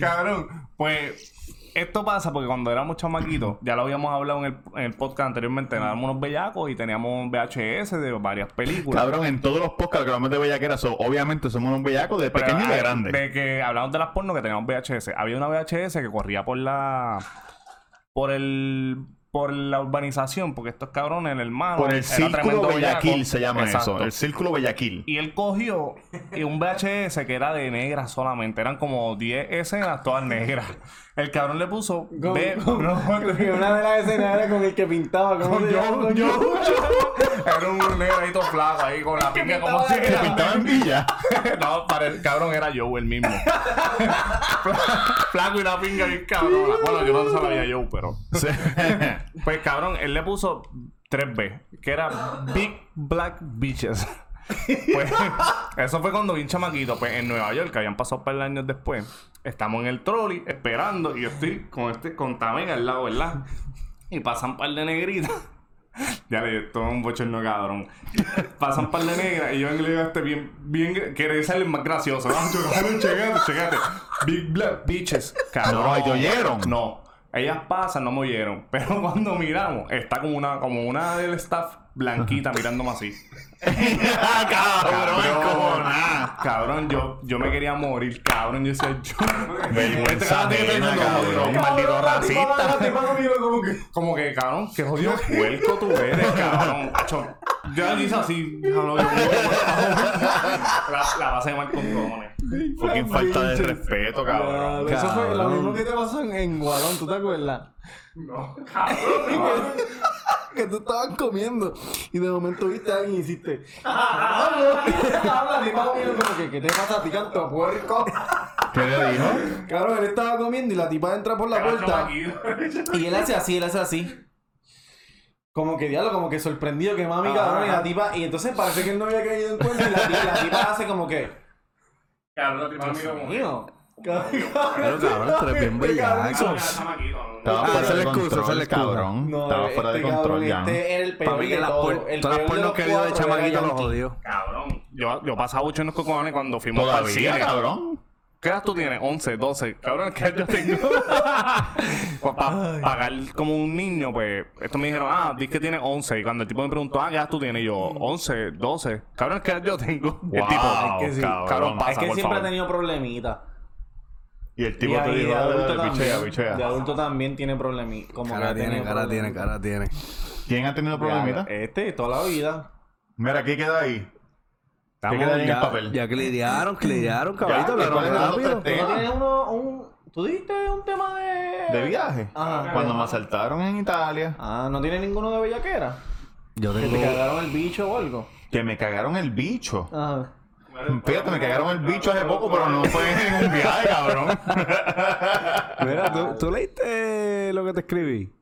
Cabrón, pues esto pasa porque cuando éramos chamaquitos, ya lo habíamos hablado en el, en el podcast anteriormente, éramos unos bellacos y teníamos VHS de varias películas. Cabrón, en todos los podcasts que hablamos de bellaquera, so- obviamente somos unos bellacos de Pero, pequeño y de ah, grande. De que hablamos de las porno que teníamos VHS. Había una VHS que corría por la. por el. por la urbanización, porque estos cabrones, el hermano. Por el era círculo tremendo bellaco. bellaquil se llama Exacto. eso. El círculo bellaquil. Y él cogió y un VHS que era de negra solamente. Eran como 10 escenas todas negras. El cabrón le puso. ve- Porque una de las escenas era con el que pintaba. ¿Cómo se llama? yo, yo, Era un negro ahí todo flaco ahí con la pinga como si Que era. pintaba en villa. No, para el cabrón era yo el mismo. flaco y una pinga bien cabrona. Bueno, yo no sabía yo, pero. Sí. Pues cabrón, él le puso 3B, que era Big Black Bitches. Pues, eso fue cuando bien chamaquito, pues en Nueva York, que habían pasado un par de años después. Estamos en el trolley esperando y yo estoy con este con Tamega al lado, ¿verdad? Y pasan un par de negritas. Ya le todo un bochorno cabrón. Pasan un par de negras y yo en inglés este bien, bien, que es el más gracioso. Vamos, chocate, chocate, chocate. Big Black Bitches. Cabrón. No, ¿y te oyeron? No. Ellas pasan, no me oyeron. Pero cuando miramos, está como una, como una del staff blanquita mirándome así. cabrón, como ah, Cabrón, yo, yo me quería morir, cabrón. Yo decía, yo. Este Vergüenza cabrón tiene que ajena, ser como- cabrón. como Maldito racista. Tipo, tipo, tipo, como que- Como que, cabrón, qué jodido puerco tú eres, cabrón. Acho, Yo quizás así. déjalo, yo- La la vas a llamar con cojones. Fucking falta de respeto, cabrón. Eso fue lo Cabrón. mismo que te pasó en, en Guadón, ¿tú te acuerdas? que tú estabas comiendo y de momento viste a alguien y hiciste. Habla y más bien como que, ¿qué te pasa a ti, canto puerco? ¿Qué le dijo? Claro, él estaba comiendo y la tipa entra por la puerta. Y él hace así, él hace así. Como que diablo, como que sorprendido que mami, cabrón, y la tipa. Y entonces parece que él no había caído en cuenta y la tipa, la tipa hace como que. Cabrón, te mami como. Mío. Pero cabrón, tú eres bien este bellaco. Estaba Ah, fuera esa es de la excusa, esa es control, la excusa. cabrón. No, Estaba fuera de este control cabrón, ya. Este era el peor Para mí de que las todo, por- el peor todas las de pornos los que vio de cuatro chamaquito era los Yankee. jodió. Cabrón. Yo, yo pasaba mucho en los cojones cuando fuimos para el Todavía, cine. cabrón. ¿Qué edad tú tienes? 11, 12. Cabrón, ¿qué edad yo tengo? Para pagar como un niño, pues. Esto me dijeron, ah, di que tienes 11. Y cuando el tipo me preguntó, ah, ¿qué edad tú tienes? Y yo, 11, 12. Cabrón, ¿qué edad yo tengo? Y el tipo, Mm. Wow, es que sí. cabrón. cabrón, Es pasa, que por siempre favor. ha tenido problemitas. Y el tipo te ahí dijo, de dale, adulto dale, pichea, también- de pichea. adulto también tiene problemitas. Como que Cara ha tiene, tenido cara tiene, problemitas. cara tiene. ¿Quién ha tenido problemitas? Este, toda la vida. Mira, ¿qué queda ahí? Estamos queda ahí en el ya, papel. ya que lidiaron, que lidiaron, cabrito, ¿y pero cuál es el otro rápido. ¿Tú no tema? tienes uno, un... ¿Tú dijiste un tema de...? ¿De viaje? Ajá. Cuando me asaltaron en Italia, Ah, ¿no tiene ninguno de bellaquera? Yo ¿Que te tengo. cagaron el bicho o algo? que me cagaron el bicho. Ajá. Fíjate, me cagaron el bicho hace poco, pero no fue en un viaje, cabrón. Mira, ¿tú, tú leíste lo que te escribí.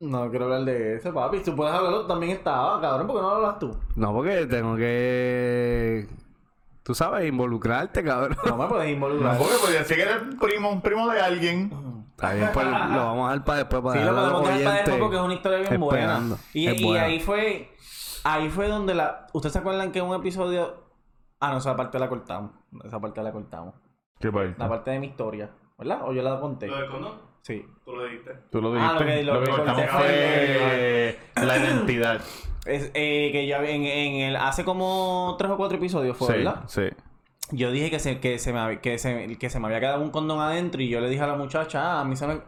No quiero hablar de eso, papi. Tú puedes hablarlo, también estaba, cabrón. ¿Por qué no hablas tú? No, porque tengo que. Tú sabes, involucrarte, cabrón. No me puedes involucrar. Porque podía ser que era el primo, un primo de alguien. Está bien, pues lo vamos a dejar para después, para Sí, lo dejarlo a los podemos dejar para después oyentes porque es una historia bien esperando. buena. Y, Es y buena. ahí fue. Ahí fue donde la. ¿Ustedes se acuerdan que en un episodio. Ah, no, esa parte la cortamos. Esa parte la cortamos. ¿Qué La Ah. parte de mi historia. ¿Verdad? ¿O yo la conté? ¿Lo del condón? Sí. Tú lo dijiste. Tú lo Ah, lo que- lo Lo que que cortamos corté. fue la identidad. Es, eh, que ya en, en el, hace como tres o cuatro episodios fue, Sí, ¿verdad? sí. Yo dije que se, que, se me, hab- que, se, que se me había quedado un condón adentro y yo le dije a la muchacha, ah, a mí se me...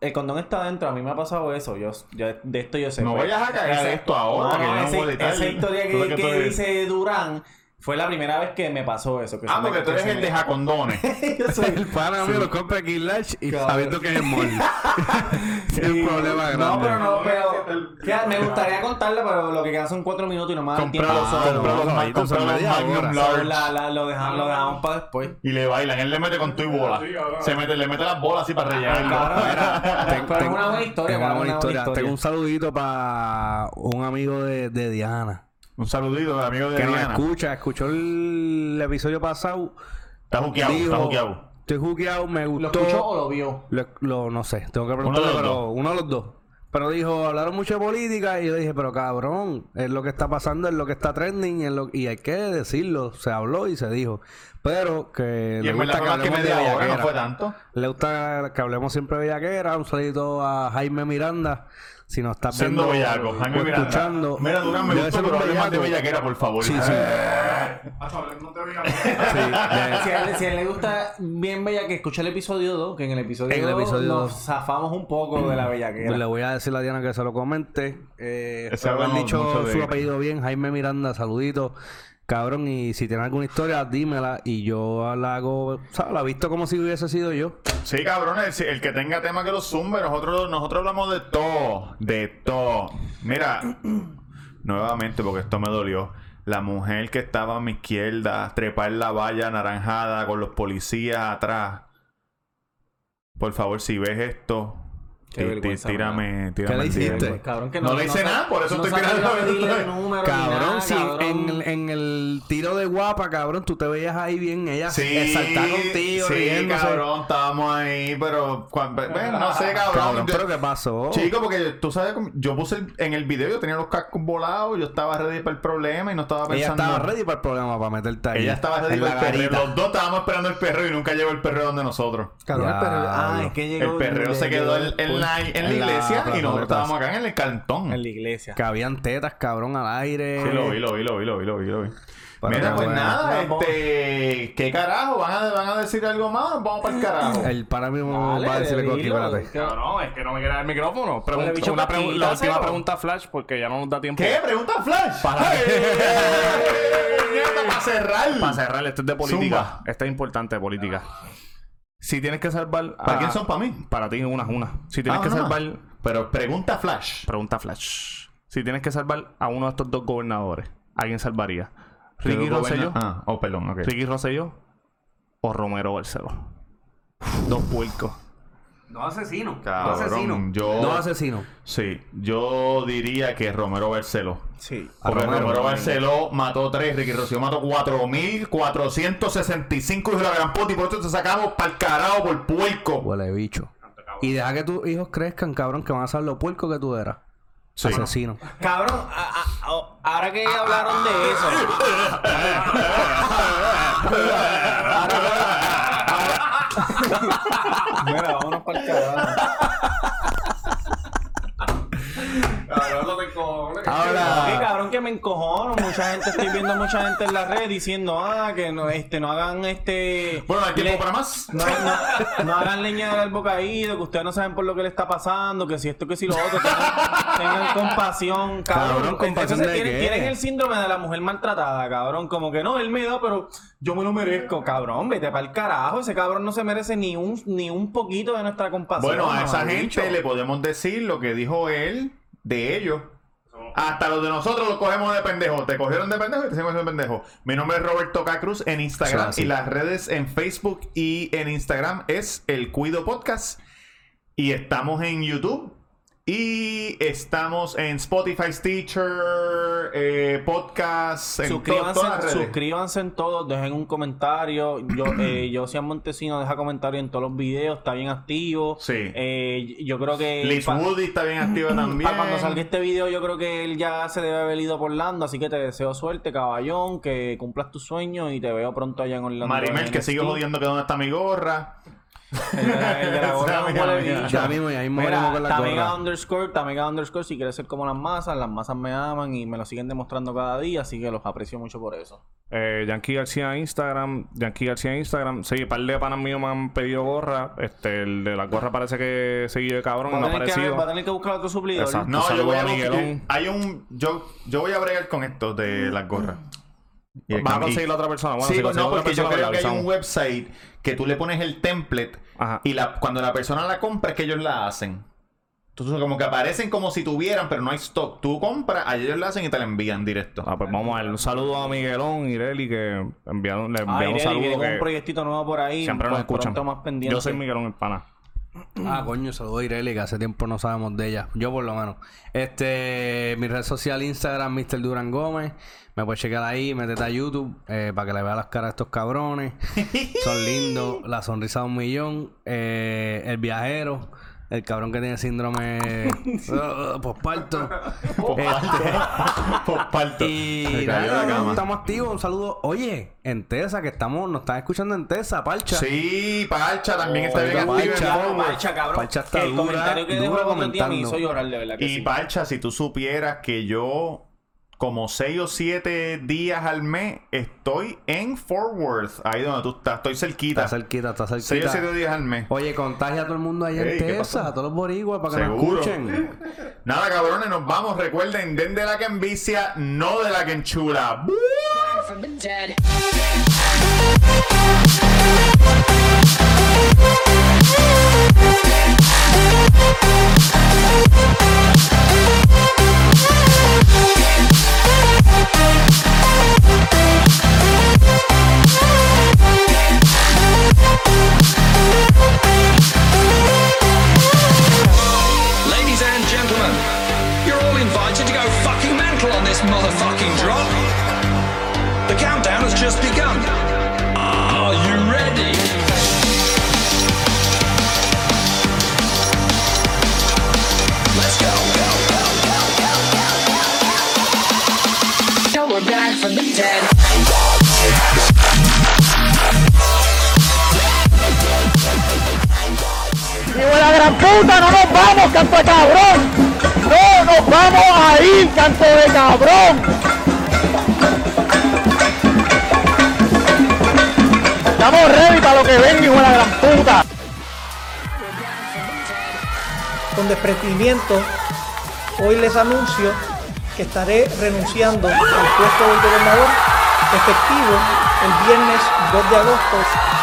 El condón está adentro, a mí me ha pasado eso. Yo, yo- de esto yo sé. No Fue- vayas a cagar esa- esto ahora, que yo no ese- voy a editar. Esa historia Tú lo que, que tú que eres. dice Durán fue la primera vez que me pasó eso. Que Pues se Ah, me- porque tú que eres se el me- de jacondones. Ah, Yo soy- El pana mío lo compra aquí en Lash y Cabrón. sabiendo que es mol. es un problema grande. No, pero no, pero... Fíjate, me gustaría contarla, pero lo que quedan son cuatro minutos y no me da tiempo. Comprado, Ah, no, comprado, no, ma- ahí tú son comprado media Magnum hora. Large. La- la- lo dejamos, lo dejamos para después. Y le bailan, él le mete con tu y bola. Se mete, le mete las bolas así Ah, para rellenar. Ten- Pero es ten- una buena historia, es cabrón, una buena historia. historia. Tengo un saludito para un amigo de, de Diana. Un saludito al amigo de Que nos Diana. escucha, escuchó el episodio pasado. Está juqueado, está dijo, juqueado. Estoy juqueado, me ¿Lo gustó. escuchó o lo vio? Lo, lo- no sé, tengo que Uno preguntarle, de los pero dos. uno de los dos. Pero dijo, hablaron mucho de política y yo dije, pero cabrón, es lo que está pasando, es lo que está trending es lo- y hay que decirlo. Se habló y se dijo. Pero que Y le en verdad fue gusta que más que hablemos de media hora, no bellaquera. fue tanto. Le gusta que hablemos siempre de bellaquera. Un saludito a Jaime Miranda. Si nos estás Siendo viendo bellaco, Jaime o Miranda. escuchando. Mira, Durán, me debe gustó, ser un pero hable más de bellaco. bellaquera, por favor. Eh. Sí, sí. no te veas. Sí, de- Si a, él, si a él le gusta bien bella que escuche el episodio 2, que en el episodio, En el 2 episodio nos dos. zafamos un poco de la bellaquera. Pues Le voy a decir a Diana que se lo comente. Eh, Ese espero haber hablamos mucho dicho de su él. apellido bien, Jaime Miranda, saludito. Cabrón, y si tiene alguna historia, dímela. Y yo la hago, o sea, la visto como si hubiese sido yo. Sí, cabrones, el, el que tenga tema que lo zumbe, nosotros, nosotros hablamos de todo, de todo. Mira, nuevamente, porque esto me dolió. La mujer que estaba a mi izquierda, trepar la valla anaranjada con los policías atrás. Por favor, si ves esto, ti- Qué ti- vergüenza, tírame, tírame. le el hiciste? video. Pues, cabrón, que No le hice nada, por eso no estoy sabía tirando pedirle esto. el número ni nada, Cabrón, si cabrón. En, el, en el tiro de guapa, cabrón, tú te veías ahí bien, ella Sí, exaltada contigo, sí, riéndose. cabrón, estábamos ahí, pero cuando, bueno, no sé, cabrón. Cabrón, yo- pero ¿qué pasó? Chico, porque tú sabes, cómo- yo puse el- en el video, yo tenía los cascos volados, yo estaba ready para el problema y no estaba ella pensando. estaba ready para el problema, para meterte ahí. Ella estaba ready en para el la perreo. garita. Los dos estábamos esperando el perreo y nunca llegó el perreo donde nosotros. Cabrón, el perreo. Ah, es que llegó. El perreo se llegó quedó en, en por- la, en la en la iglesia y nosotros plataforma. estábamos acá en el cantón. en la iglesia. Que habían tetas, cabrón, al aire. Sí, lo vi, lo vi, lo vi, lo vi, lo vi, lo vi. Pero Mira, qué pues bueno. nada, este. ¿Qué carajo? ¿Van a, ¿Van a decir algo más? Vamos para el carajo. El para mí va a decirle coquí, espérate. No, no, es que no me queda el micrófono. Pregun- Pero, bicho, una pa- pregun- la última quítaselo. pregunta, Flash, porque ya no nos da tiempo. ¿Qué? ¿Pregunta Flash? Para, para cerrar. Para cerrar, esto es de política. Zumba. Esta es importante de política. Si tienes que salvar. a- ¿Para Ah. quién son? ¿Para mí? Para ti, una, una. Si tienes Ah, que una más. salvar. Pero pregunta Flash. Pregunta Flash. Si tienes que salvar a uno de estos dos gobernadores, ¿a quién salvaría? ¿Ricky Pero Rosselló? goberna- Ah, oh, perdón, ok. ¿Ricky Rosselló? ¿O Romero Barceló? Dos puercos. No asesino. Cabrón, no asesino. Yo, Dos asesinos. sí, yo diría que Romero Barceló. Sí. Porque Romero, Romero, Barceló mató 3, Ricky Rosselló mató 4.465 hijos de la gran puta y por eso te sacamos pa'l carajo por puerco. Huele bicho. Y deja que tus hijos crezcan, cabrón, que van a ser lo puerco que tú eras. Asesino. Cabrón, a- a- a- ahora que hablaron de eso. Mira, vámonos para el carajo. Sí, Ahora, cabrón, que me encojono. Mucha gente, estoy viendo mucha gente en la red diciendo, ah, que no, este, no hagan este. bueno, hay tiempo le- para más. No, no- no hagan leña del árbol caído, que ustedes no saben por lo que le está pasando, que si esto, que si lo otro, tengan, tengan compasión, cabrón. Cabrón, ¿compasión Entonces de tienen, qué? tienen el síndrome de la mujer maltratada, cabrón. Como que no, él me da, pero yo me lo merezco, cabrón. Vete para el carajo, ese cabrón no se merece ni un, ni un poquito de nuestra compasión. Bueno, a esa mamabicho. gente le podemos decir lo que dijo él de ellos. Hasta los de nosotros los cogemos de pendejo. Te cogieron de pendejo y te hicimos de pendejo. Mi nombre es Roberto Cacruz en Eso es Instagram así. y las redes en Facebook y en Instagram es El Cuido Podcast. Y estamos en YouTube. Y estamos en Spotify, Stitcher, eh, podcast, en to- Suscríbanse, todas las redes. suscríbanse en todos, dejen un comentario. Yo, eh, yo soy Montesino, deja comentario en todos los videos, está bien activo. Sí. Eh, yo creo que. Liz pa- Woody está bien activa también. Para cuando salga este video, yo creo que él ya se debe haber ido por Orlando. Así que te deseo suerte, caballón. Que cumplas tus sueños y te veo pronto allá en Orlando. Marimel, que NXT. sigue jodiendo que dónde está mi gorra. El de la- el de la gorra Esa no mía, huele mía. bicho. Ya mismo, ya mismo venimos Mira, con la Tamega gorra. underscore, Tamega underscore. Si quieres ser como las masas, las masas me aman y me lo siguen demostrando cada día. Así que los aprecio mucho por eso. Eh, Yankee García en Instagram. Yankee García en Instagram. Sí, un par de panas míos me han pedido gorra. Este, el de la gorra parece que seguido de cabrón. Va No a ha tener, que, aparecido. va a tener que buscar otro suplidor. Exacto. No, yo Saludos voy a a buscar, Miguelón. hay un yo, yo voy a bregar con esto de las gorras. Y el Va a cam- y- conseguir la otra persona. Bueno, sí, pues, si consigo no, otra porque yo persona, creo le que hay un avisamos. website que tú le pones el template Ajá. y la, cuando la persona la compra es que ellos la hacen. Entonces como que aparecen como si tuvieran, pero no hay stock. Tú compras, a ellos la hacen y te la envían directo. Ah, pues vamos a darle un saludo a Miguelón y Ireli que enviaron, le Ay, enviaron un Nelly, viene saludo con un que proyectito nuevo por ahí. siempre nos pues, escuchan. pronto más pendiente. Yo soy Miguelón el pana. Ah, coño, saludos a Ireli, que hace tiempo no sabemos de ella. Yo por lo menos. Este, mi red social Instagram, Mr. Duran Gómez. Me puedes checar ahí, métete a YouTube eh, para que le veas las caras a estos cabrones. Son lindos, la sonrisa de un millón. eh, el viajero, el cabrón que tiene síndrome uh, posparto. Posparto. pues, Y Se cayó nada, de la cama. estamos activos, un saludo. Oye, en Tesa, que estamos, nos están escuchando en Tesa, Parcha. Sí, Parcha también está bien Parcha. activa en Parcha. Forward. Oh, Parcha, cabrón. Parcha está que el dura, comentario que dejó dura el otro día me comentando. hizo llorar, de verdad que Y sí. Parcha, si tú supieras que yo como 6 o 7 días al mes estoy en Fort Worth, ahí donde tú estás, estoy cerquita. Está cerquita, está 6 o cerquita. 7 días al mes. Oye, contagia a todo el mundo allá Ey, en ¿qué Texas, pasó? a todos los boriguas para que Seguro. nos escuchen. Nada, cabrones, nos vamos. Recuerden, den de la que envicia, no de la que enchula. ¡Bú! from the dead. Ladies and gentlemen, you're all invited to go fucking mental on this motherfucking drop. The countdown has just begun. Are you ready? Let's go, go, go, go, go, go, go, go, go, go. Till we're back from the dead. No nos vamos a ir, canto de cabrón. Estamos ready para lo que venga, hijo de la gran puta. con desprendimiento, hoy les anuncio que estaré renunciando al puesto del gobernador efectivo el viernes 2 de agosto